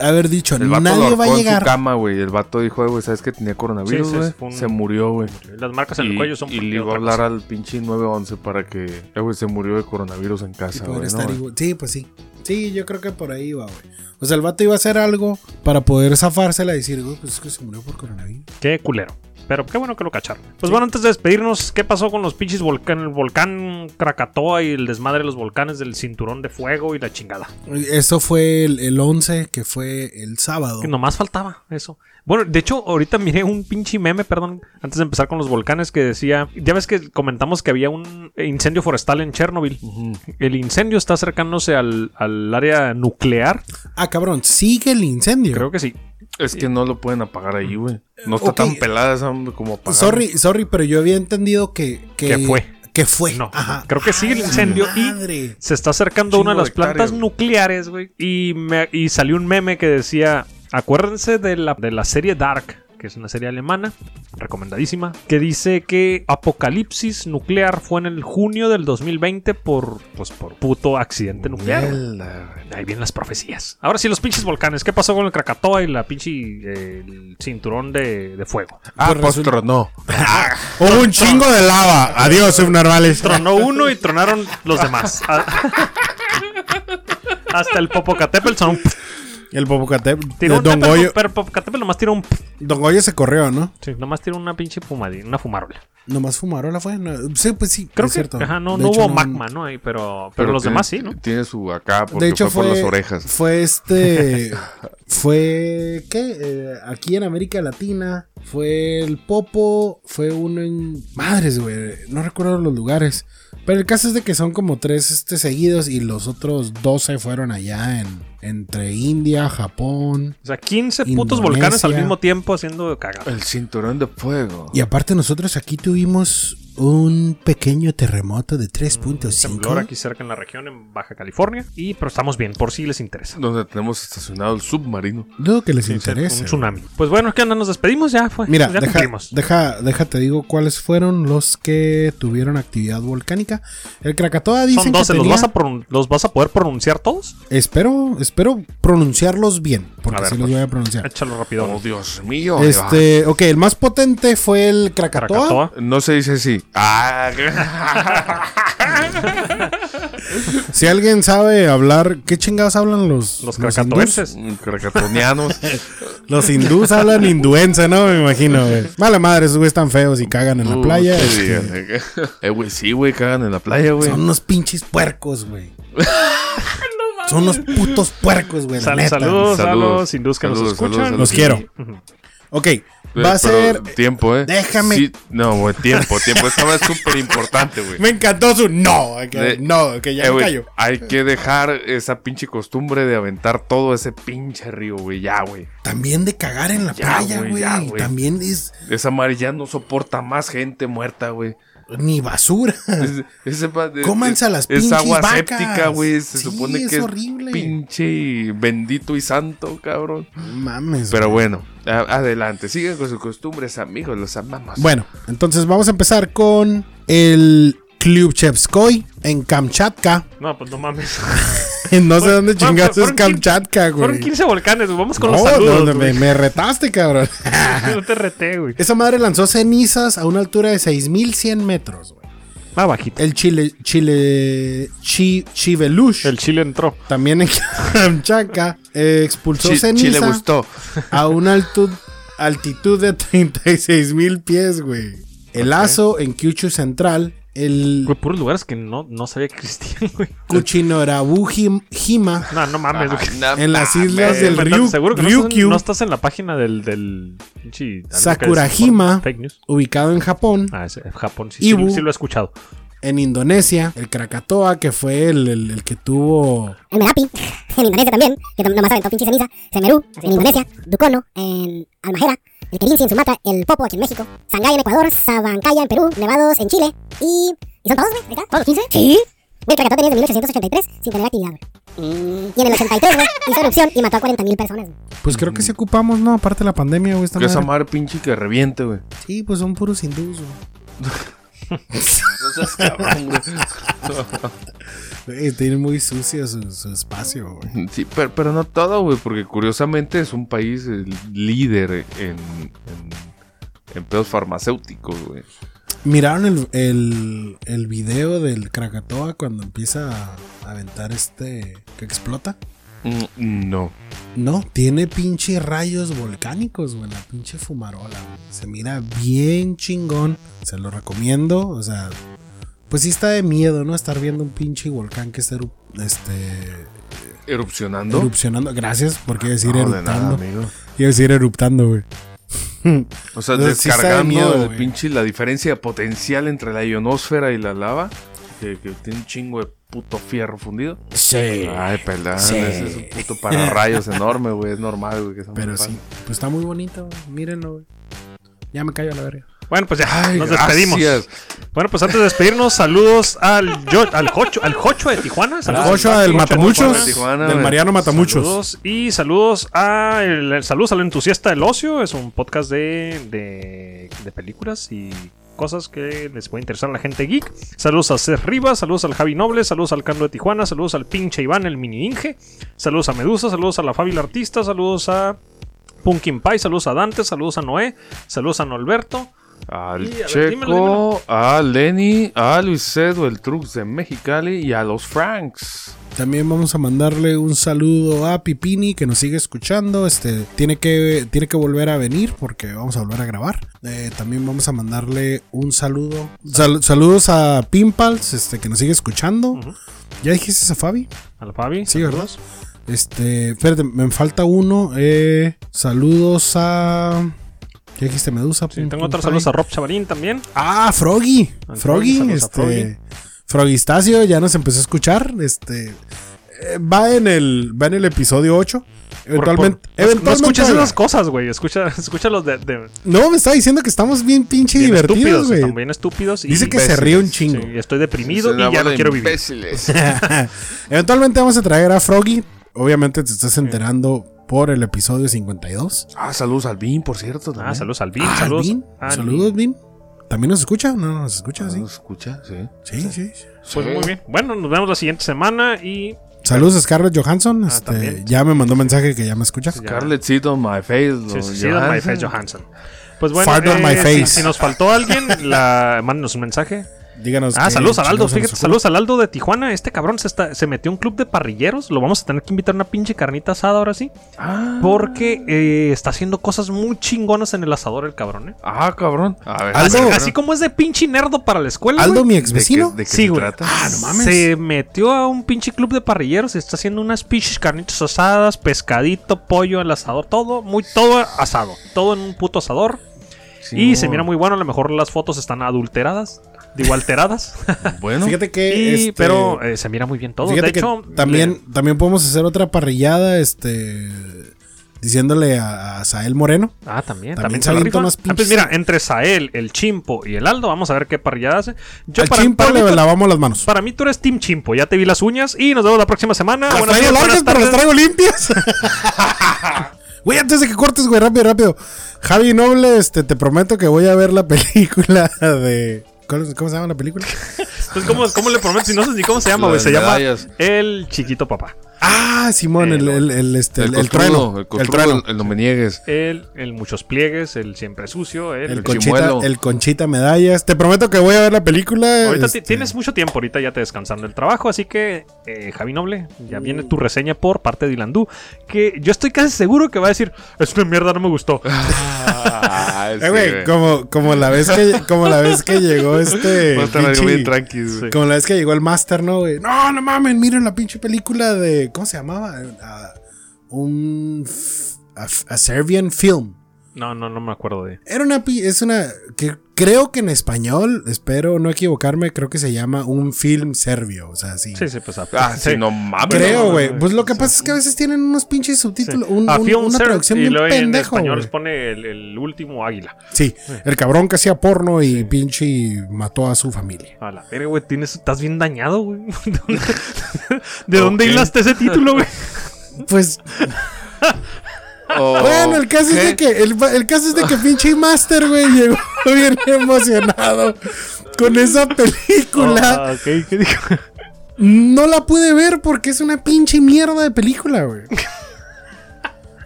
Speaker 4: haber dicho,
Speaker 5: El vato
Speaker 4: nadie
Speaker 5: lo
Speaker 4: va
Speaker 5: ahorcó
Speaker 4: a
Speaker 5: en su
Speaker 4: llegar.
Speaker 5: cama, güey. El vato dijo, "Eh, güey, ¿sabes que tenía coronavirus,
Speaker 3: Sí, sí,
Speaker 5: güey?
Speaker 3: fue un-
Speaker 5: Se murió, güey.
Speaker 3: Las marcas en el cuello son
Speaker 5: y
Speaker 3: porque
Speaker 5: le iba a
Speaker 3: otra
Speaker 5: hablar
Speaker 3: cosa.
Speaker 5: al pinche 911 para que, eh, güey, se murió de coronavirus en
Speaker 4: y
Speaker 5: casa,
Speaker 4: poder
Speaker 5: güey. ¿no,
Speaker 4: estar
Speaker 5: güey?
Speaker 4: igual. Sí, pues sí. Sí, yo creo que por ahí va, güey. O sea, el vato iba a hacer algo para poder zafársela y decir, güey, pues es que se murió por coronavirus.
Speaker 3: Qué culero. Pero qué bueno que lo cacharon. Pues bueno, antes de despedirnos, ¿qué pasó con los pinches volcanes? El volcán Krakatoa y el desmadre de los volcanes del cinturón de fuego y la chingada.
Speaker 4: Eso fue el, el 11, que fue el sábado.
Speaker 3: Que nomás faltaba eso. Bueno, de hecho, ahorita miré un pinche meme, perdón, antes de empezar con los volcanes, que decía, ya ves que comentamos que había un incendio forestal en Chernobyl. El incendio está acercándose al, al área nuclear.
Speaker 4: Ah, cabrón, sigue el incendio.
Speaker 3: Creo que sí.
Speaker 5: Es que no lo pueden apagar ahí, güey. No está
Speaker 4: ok.
Speaker 5: tan pelada esa hombre, como apagar.
Speaker 4: Sorry, sorry, pero yo había entendido que... Que,
Speaker 3: Que fue.
Speaker 4: Que fue.
Speaker 3: No,
Speaker 4: Ajá.
Speaker 3: creo que sigue el
Speaker 4: ¡A la
Speaker 3: incendio y-
Speaker 4: madre!
Speaker 3: Se está acercando a una de
Speaker 5: Chingo
Speaker 3: las
Speaker 5: de
Speaker 3: plantas
Speaker 5: hectáreas, güey.
Speaker 3: nucleares, güey. Y, me- y salió un meme que decía, acuérdense de la, de la serie Dark, que es una serie alemana, recomendadísima, que dice que apocalipsis nuclear fue en el junio del 2020 por, pues, por puto accidente nuclear. güey.
Speaker 5: Mierda, güey.
Speaker 3: Ahí vienen las profecías. Ahora sí, los pinches volcanes. ¿Qué pasó con el Krakatoa y la pinche eh, el cinturón de, de fuego?
Speaker 5: Ah,
Speaker 4: pues
Speaker 5: postro, no.
Speaker 4: Hubo un chingo de lava. Adiós, subnormales.
Speaker 3: Tronó uno y tronaron los demás. Ah. Hasta el Popocatépetl sonó un
Speaker 4: El Popocatépetl.
Speaker 3: Tiró
Speaker 4: eh,
Speaker 3: un
Speaker 4: Don
Speaker 3: tepel,
Speaker 4: Goyo,
Speaker 3: pero Popocatépetl nomás tira un...
Speaker 4: Don Goyo se corrió, ¿no?
Speaker 3: Sí, nomás tira una pinche fumadilla, una fumarola.
Speaker 4: Nomás fumarola fue. no, sí, pues sí.
Speaker 3: Creo
Speaker 4: es
Speaker 3: que
Speaker 4: cierto.
Speaker 3: ajá, no,
Speaker 4: De
Speaker 3: no
Speaker 4: hecho,
Speaker 3: hubo magma, ¿no? Ahí, pero, pero, los
Speaker 5: tiene-
Speaker 3: demás sí, ¿no?
Speaker 5: Tiene su acá porque
Speaker 4: De hecho,
Speaker 5: fue,
Speaker 4: fue,
Speaker 5: por las orejas.
Speaker 4: Fue este. fue. ¿Qué? Eh, aquí en América Latina. Fue el Popo. Fue uno en. Madres, güey. No recuerdo los lugares. Pero el caso es de que son como tres este, seguidos y los otros 12 fueron allá en, entre India, Japón.
Speaker 3: O sea, 15 putos volcanes al
Speaker 4: Indonesia. Eh,
Speaker 3: mismo tiempo haciendo cagada.
Speaker 5: El cinturón de fuego.
Speaker 4: Y aparte nosotros aquí tuvimos un pequeño terremoto de
Speaker 3: Mm, Temblor
Speaker 4: 3.5.
Speaker 3: aquí cerca en la región, en Baja California. Y, pero estamos bien, por si les interesa.
Speaker 5: Donde tenemos estacionado el submarino.
Speaker 4: Dudo que les
Speaker 3: Un
Speaker 4: interese.
Speaker 3: tsunami. Pues bueno, ¿qué onda? Nos despedimos ya. Fue. Pues
Speaker 4: Mira,
Speaker 3: ya
Speaker 4: deja,
Speaker 3: cumplimos.
Speaker 4: deja, déjate digo cuáles fueron los que tuvieron actividad volcánica. El Krakatoa dicen
Speaker 3: Son 12.
Speaker 4: que
Speaker 3: ¿Los,
Speaker 4: tenía-
Speaker 3: vas a pronun- ¿Los vas a poder pronunciar todos?
Speaker 4: espero, espero pronunciarlos bien,
Speaker 3: A
Speaker 4: porque
Speaker 3: ver,
Speaker 4: sí los
Speaker 3: pues.
Speaker 4: voy a pronunciar.
Speaker 3: Échalo rápido.
Speaker 5: Oh, Dios mío. ahí va.
Speaker 4: Este, ok, el más potente fue el Krakatoa.
Speaker 3: Krakatoa.
Speaker 5: No se dice así. Ah,
Speaker 4: Si alguien sabe hablar, ¿qué chingados hablan los
Speaker 3: Los
Speaker 4: hindús?
Speaker 3: krakatoenses.
Speaker 5: cracatonianos.
Speaker 4: Los hindús hablan hinduense, ¿no? Me imagino, güey. Mala madre, esos güeyes están feos y cagan en la
Speaker 5: Uh,
Speaker 4: playa.
Speaker 5: qué
Speaker 4: este,
Speaker 5: bien. Eh, güey, sí, güey, cagan en la playa, güey.
Speaker 4: son unos pinches puercos, güey. son unos putos puercos, güey. la
Speaker 3: Sal-
Speaker 4: neta.
Speaker 3: saludos, a
Speaker 5: Saludos.
Speaker 3: los hindús que
Speaker 5: Saludos,
Speaker 3: nos escuchan.
Speaker 5: saludos a
Speaker 4: Los quiero.
Speaker 3: Ujú.
Speaker 4: Ok, va a
Speaker 5: Eh,
Speaker 4: ser.
Speaker 5: pero Tiempo, ¿eh?
Speaker 4: Déjame.
Speaker 5: Sí, no, güey, tiempo, tiempo. Esta vez es súper importante, güey.
Speaker 4: Me encantó su. No, eh, que,
Speaker 5: De-
Speaker 4: no, que ya
Speaker 5: Eh,
Speaker 4: me
Speaker 5: güey,
Speaker 4: callo.
Speaker 5: Hay que dejar esa pinche costumbre de aventar todo ese pinche río, güey. Ya, güey.
Speaker 4: También de cagar en la
Speaker 5: Ya,
Speaker 4: playa,
Speaker 5: güey, ya,
Speaker 4: güey.
Speaker 5: güey.
Speaker 4: También es
Speaker 5: Esa madre ya no soporta más gente muerta, güey.
Speaker 4: ni basura.
Speaker 5: Es- ese pa- de-
Speaker 4: Cómanse Ah. a las
Speaker 5: Es
Speaker 4: pinches
Speaker 5: agua
Speaker 4: vacas.
Speaker 5: séptica, güey. Se
Speaker 4: Sí,
Speaker 5: supone
Speaker 4: es
Speaker 5: que es
Speaker 4: horrible.
Speaker 5: pinche bendito y santo, cabrón.
Speaker 4: No Mames.
Speaker 5: Pero
Speaker 4: güey.
Speaker 5: bueno, a- adelante. Sigan con sus costumbres, amigos. Los amamos.
Speaker 4: Bueno, entonces vamos a empezar con el Club Chevskoy en Kamchatka.
Speaker 3: No, pues no mames.
Speaker 4: No sé dónde
Speaker 3: Fueron-
Speaker 4: chingados es
Speaker 3: fueron quin-
Speaker 4: Kamchatka,
Speaker 3: Fueron
Speaker 4: güey.
Speaker 3: 15 volcanes, güey. vamos con los
Speaker 4: No, no,
Speaker 3: saludos.
Speaker 4: no, me,
Speaker 3: güey.
Speaker 4: me retaste, cabrón.
Speaker 3: Yo te reté, güey.
Speaker 4: Esa madre lanzó cenizas a una altura de 6100 metros, güey.
Speaker 3: Más bajito.
Speaker 4: El Chile, Chile, Chi, Chivelush,
Speaker 3: El chile entró.
Speaker 4: también en Kamchatka, eh, expulsó
Speaker 5: Chi-
Speaker 4: ceniza
Speaker 5: Chile gustó.
Speaker 4: a una altu- altitud de 36 mil pies, güey. El lazo en Kyushu Central, el
Speaker 3: Güey, puros lugares que no, no sabía que existían, güey.
Speaker 4: Kuchinorabu-jima
Speaker 3: No, no mames, güey.
Speaker 5: Ah,
Speaker 4: en las
Speaker 5: mames.
Speaker 4: islas del
Speaker 3: Pero
Speaker 4: Ryu,
Speaker 3: Seguro que no estás, en,
Speaker 4: Ryukyu,
Speaker 3: no estás en la página del. del pinche- algo que es-
Speaker 4: Sakurajima.
Speaker 3: Fake news.
Speaker 4: ubicado en Japón,
Speaker 3: Ah, ese, Japón, sí, sí,
Speaker 4: Ibu.
Speaker 3: sí lo he escuchado.
Speaker 4: en Indonesia, el Krakatoa, que fue el- el- el que tuvo
Speaker 6: en Merapi, en Indonesia también, que tam- nomás aventó pinche ceniza, Semerú, en Indonesia, Ducono, en Almajera, el Kerinci en Sumatra, el Popo aquí en México, Sangay en Ecuador, Sabancaya en Perú, Nevados en Chile, y... ¿Y son todos, güey? ¿Ahí está? ¿Todos los 15? ¿Sí? Güey, Krakatoa tenía desde 1883 sin tener actividad, güey. Y en el 83, güey, hizo erupción y mató a 40.000 personas, güey.
Speaker 4: Pues creo que sí ocupamos, ¿no? Aparte de la pandemia, güey. Esta
Speaker 5: Que esa
Speaker 4: madre.
Speaker 5: madre pinche que reviente, güey.
Speaker 4: Sí, pues son puros hindús, güey.
Speaker 5: No seas cabrón, güey.
Speaker 4: Güey, Tienen Eh, muy sucio su, su espacio, güey.
Speaker 5: Sí, pero, pero no todo, güey, porque curiosamente es un país eh, líder en, en, en pedos farmacéuticos, güey.
Speaker 4: ¿Miraron el, el, el video del Krakatoa cuando empieza a aventar este que explota?
Speaker 5: Mm, No.
Speaker 4: No, tiene pinche rayos volcánicos, güey. La pinche fumarola, güey. Se mira bien chingón. Se lo recomiendo. O sea, pues sí está de miedo, ¿no? Estar viendo un pinche volcán que está eru- este,
Speaker 5: ¿Erupcionando?
Speaker 4: erupcionando. Gracias por qué decir
Speaker 5: No, de nada,
Speaker 4: eruptando.
Speaker 5: amigo.
Speaker 4: Iba a decir eruptando, güey.
Speaker 5: O sea,
Speaker 4: Entonces, sí está de
Speaker 5: descargando
Speaker 4: miedo,
Speaker 5: el
Speaker 4: güey.
Speaker 5: pinche la diferencia potencial entre la ionosfera y la lava, que, que tiene un chingo de puto fierro fundido.
Speaker 4: Sí.
Speaker 5: Ay, perdón,
Speaker 4: Sí.
Speaker 5: ese es un puto pararrayos enorme, güey, es normal, güey. que esa
Speaker 4: Pero
Speaker 5: madre
Speaker 4: sí,
Speaker 5: pase.
Speaker 4: pues está muy bonito, güey. mírenlo, güey. Ya me callo a la verga.
Speaker 3: Bueno, pues ya,
Speaker 5: Ay,
Speaker 3: nos despedimos.
Speaker 5: gracias.
Speaker 3: Bueno, pues antes de despedirnos, saludos al yo, al Jocho, al Jocho de Tijuana. Saludos
Speaker 4: Jocho
Speaker 3: al Jocho
Speaker 4: del
Speaker 3: de
Speaker 4: Matamuchos,
Speaker 5: de Tijuana,
Speaker 4: del
Speaker 5: güey.
Speaker 4: Mariano Matamuchos.
Speaker 3: Saludos y saludos a el- saludos al entusiasta del ocio. Es un podcast de, de, de películas y cosas que les puede interesar a la gente geek. Saludos a Cés Rivas, saludos al Javi Noble, saludos al Cando de Tijuana, saludos al pinche Iván, el mini Inge, saludos a Medusa, saludos a la Fabi la Artista, saludos a Pumpkin Pie, saludos a Dante, saludos a Noé, saludos a Norberto.
Speaker 5: Al
Speaker 3: Y, a ver,
Speaker 5: Checo,
Speaker 3: dímelo, dímelo.
Speaker 5: a Lenny, a Luis Edu, el Trux de Mexicali y a los Franks.
Speaker 4: También vamos a mandarle un saludo a Pipini que nos sigue escuchando. Este tiene que, tiene que volver a venir porque vamos a volver a grabar. Eh, también vamos a mandarle un saludo. sal- saludos a Pimpals, este, que nos sigue escuchando.
Speaker 3: Ujú.
Speaker 4: ¿Ya dijiste a Fabi?
Speaker 3: A la Fabi.
Speaker 4: Sí, ¿verdad? Este, espérate, me falta uno. Eh, saludos a. ¿Qué dijiste, Medusa?
Speaker 3: Sí,
Speaker 4: Pum,
Speaker 3: tengo
Speaker 4: pum,
Speaker 3: otros
Speaker 4: pay.
Speaker 3: saludos a Rob Chavalín también.
Speaker 4: Ah, Froggy.
Speaker 3: Al Froggy,
Speaker 4: Froggy,
Speaker 3: saludos a Froggy.
Speaker 4: este. Frogistacio ya nos empezó a escuchar. Este. eh, va en el. Va en el episodio 8. Eventualmente.
Speaker 3: Por- por- no-
Speaker 4: eventualmente
Speaker 3: no escuchas
Speaker 4: oiga.
Speaker 3: esas cosas, güey. Escucha, escucha los de, de-
Speaker 4: No, me está diciendo que estamos bien pinche
Speaker 3: bien
Speaker 4: divertidos,
Speaker 3: estúpidos.
Speaker 4: güey.
Speaker 3: Están bien estúpidos. y-
Speaker 4: Dice que
Speaker 5: imbéciles,
Speaker 4: se ríe un chingo.
Speaker 3: Sí, estoy deprimido
Speaker 5: Es una
Speaker 3: y ya
Speaker 5: bola
Speaker 3: no
Speaker 5: de
Speaker 3: quiero vivir.
Speaker 5: imbéciles.
Speaker 4: Eventualmente vamos a traer a Froggy. Obviamente te estás enterando por el episodio 52.
Speaker 5: ah, saludos al Bin, por cierto.
Speaker 3: Ah,
Speaker 5: también.
Speaker 3: saludos al Vin,
Speaker 4: Ah,
Speaker 3: saludos.
Speaker 4: Bin.
Speaker 3: al
Speaker 4: Saludos, Bin. ¿También nos escucha? No, nos escucha, sí.
Speaker 5: ¿Nos escucha? Sí.
Speaker 4: Sí, sí. sí.
Speaker 3: Pues muy bien. Bueno, nos vemos la siguiente semana y
Speaker 4: Saludos a Scarlett Johansson.
Speaker 3: Ah,
Speaker 4: este,
Speaker 3: también.
Speaker 4: ya me mandó mensaje que ya me escucha.
Speaker 3: Ya.
Speaker 5: Scarlett Seed on my face.
Speaker 3: sí,
Speaker 5: los
Speaker 3: sí, sí, don My Face
Speaker 5: Johansson.
Speaker 3: Johansson. Pues bueno,
Speaker 4: Fart on my
Speaker 3: si-
Speaker 4: face.
Speaker 3: Si, nos faltó alguien, la, mándenos un mensaje.
Speaker 4: Díganos.
Speaker 3: Ah,
Speaker 4: qué
Speaker 3: saludos al Aldo,
Speaker 4: chingados se nos
Speaker 3: fíjate,
Speaker 4: ocurre.
Speaker 3: saludos al Aldo de Tijuana. Este cabrón se, está, se metió a un club de parrilleros. Lo vamos a tener que invitar a una pinche carnita asada ahora sí.
Speaker 5: Ah,
Speaker 3: Porque eh, está haciendo cosas muy chingonas en el asador el cabrón, ¿eh?
Speaker 5: ah, cabrón. A ver,
Speaker 4: Aldo.
Speaker 5: cabrón.
Speaker 3: Así como es de pinche nerdo para la escuela.
Speaker 4: Aldo,
Speaker 3: güey,
Speaker 4: mi
Speaker 5: ¿De
Speaker 4: ex
Speaker 5: qué-
Speaker 4: vecino.
Speaker 5: ¿De qué
Speaker 3: Sí,
Speaker 5: se
Speaker 3: güey.
Speaker 5: trata?
Speaker 4: Ah, no mames.
Speaker 3: Se metió a un pinche club de parrilleros y está haciendo unas pinches carnitas asadas, pescadito, pollo al asador, todo, muy, todo asado, todo en un puto asador.
Speaker 5: Sí,
Speaker 3: y
Speaker 5: no.
Speaker 3: se mira muy bueno, a lo mejor las fotos están adulteradas, digo alteradas,
Speaker 5: Bueno,
Speaker 4: Fíjate que.
Speaker 3: y-
Speaker 4: este,
Speaker 3: pero eh, se mira muy bien todo.
Speaker 4: fíjate
Speaker 3: De
Speaker 4: que
Speaker 3: hecho,
Speaker 4: también, también podemos hacer otra parrillada, este. Diciéndole a, a Sael Moreno.
Speaker 3: Ah, también,
Speaker 4: También
Speaker 3: también,
Speaker 4: se
Speaker 3: se la rifa.
Speaker 4: avienta unas
Speaker 3: Ah,
Speaker 4: pinches-
Speaker 3: pues mira, entre Sael, el Chimpo y el Aldo, vamos a ver qué parrillada hace. Yo
Speaker 4: Al
Speaker 3: para,
Speaker 4: chimpo
Speaker 3: para mí,
Speaker 4: le
Speaker 3: tú-
Speaker 4: lavamos las manos.
Speaker 3: para mí tú eres Team Chimpo, ya te vi las uñas y nos vemos la próxima semana.
Speaker 4: Las
Speaker 3: Buenas
Speaker 4: traigo
Speaker 3: noches,
Speaker 4: largas,
Speaker 3: buenas
Speaker 4: pero
Speaker 3: tardes.
Speaker 4: las traigo limpias. Güey, antes de que cortes, güey, rápido, rápido. Javi Noble, este, te prometo que voy a ver la película de. ¿Cuál es- ¿Cómo se llama la película?
Speaker 3: Entonces, Pues, ¿cómo, cómo le prometo? Si no sé ni cómo se llama, güey.
Speaker 5: Las
Speaker 3: Se llama
Speaker 5: medallas.
Speaker 3: El Chiquito Papá.
Speaker 4: Ah, Simón,
Speaker 3: Eh,
Speaker 4: el, el, el, este, el, el trueno. El,
Speaker 5: costrudo,
Speaker 4: trueno.
Speaker 5: el- el no me niegues.
Speaker 3: El, el Muchos Pliegues, el Siempre Sucio. El,
Speaker 4: El,
Speaker 5: el
Speaker 4: conchita,
Speaker 5: chimuelo.
Speaker 4: el conchita medallas. Te prometo que voy a ver la película.
Speaker 3: Ahorita ti-
Speaker 4: este,
Speaker 3: tienes mucho tiempo, ahorita ya te descansando el trabajo, así que, eh, Javi Noble, ya viene tu reseña por parte de Ilandú, que yo estoy casi seguro que va a decir, es una mierda, no me gustó.
Speaker 5: Ah,
Speaker 4: eh, güey, como, como la vez que como la vez que llegó este. pinche-
Speaker 5: bien tranquis, güey.
Speaker 4: Como la vez que llegó el Master, ¿no, güey? No, no mames, miren la pinche película de. ¿Cómo se llamaba? Ah, un. f- A, a Serbian film.
Speaker 3: No, no, no me acuerdo de.
Speaker 4: Era una. pi- Es una. Que creo que en español, espero no equivocarme, creo que se llama un film serbio. O sea, sí.
Speaker 3: Sí, sí, pues. a-
Speaker 5: Ah,
Speaker 3: sí.
Speaker 5: sí, no mames.
Speaker 4: Creo,
Speaker 3: no,
Speaker 4: güey.
Speaker 3: no,
Speaker 4: pues lo que pasa es que a veces tienen unos pinches
Speaker 3: Sí.
Speaker 4: subtítulos. un-
Speaker 3: A
Speaker 4: un-
Speaker 3: Film
Speaker 4: una
Speaker 3: Serve,
Speaker 4: traducción
Speaker 3: y
Speaker 4: bien
Speaker 3: luego en
Speaker 4: pendejo.
Speaker 3: español pues. les
Speaker 4: güey.
Speaker 3: pone el, el último águila.
Speaker 4: Sí, el cabrón que hacía porno y pinche mató a su familia.
Speaker 3: A la verga, güey, tienes, estás bien dañado, güey. ¿De dónde, de dónde hilaste ese título, güey?
Speaker 4: Pues
Speaker 5: Oh,
Speaker 4: Bueno, el caso es de que el, el caso es de que pinche Master, güey, llegó bien emocionado con esa película.
Speaker 3: Ah, ok, ¿qué dijo?
Speaker 4: No la pude ver porque es una pinche mierda de película, güey.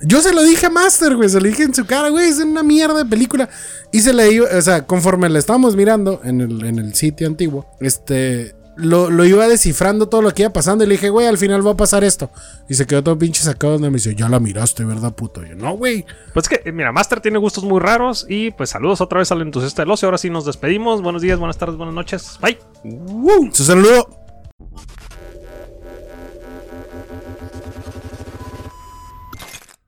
Speaker 4: Yo se lo dije a Master, güey, se lo dije en su cara, güey, es una mierda de película. Y se le iba, o sea, conforme la estábamos mirando en el, en el sitio antiguo, este, lo, lo iba descifrando todo lo que iba pasando y le dije, güey, al final va a pasar esto. Y se quedó todo pinche sacado donde me dice, ya la miraste, ¿verdad, puto? Y yo, no, güey.
Speaker 3: Pues es que, eh, mira, Master tiene gustos muy raros y pues saludos otra vez al entusiasta del ocio. Ahora sí nos despedimos. Buenos días, buenas tardes, buenas noches. Bye.
Speaker 4: Su saludo.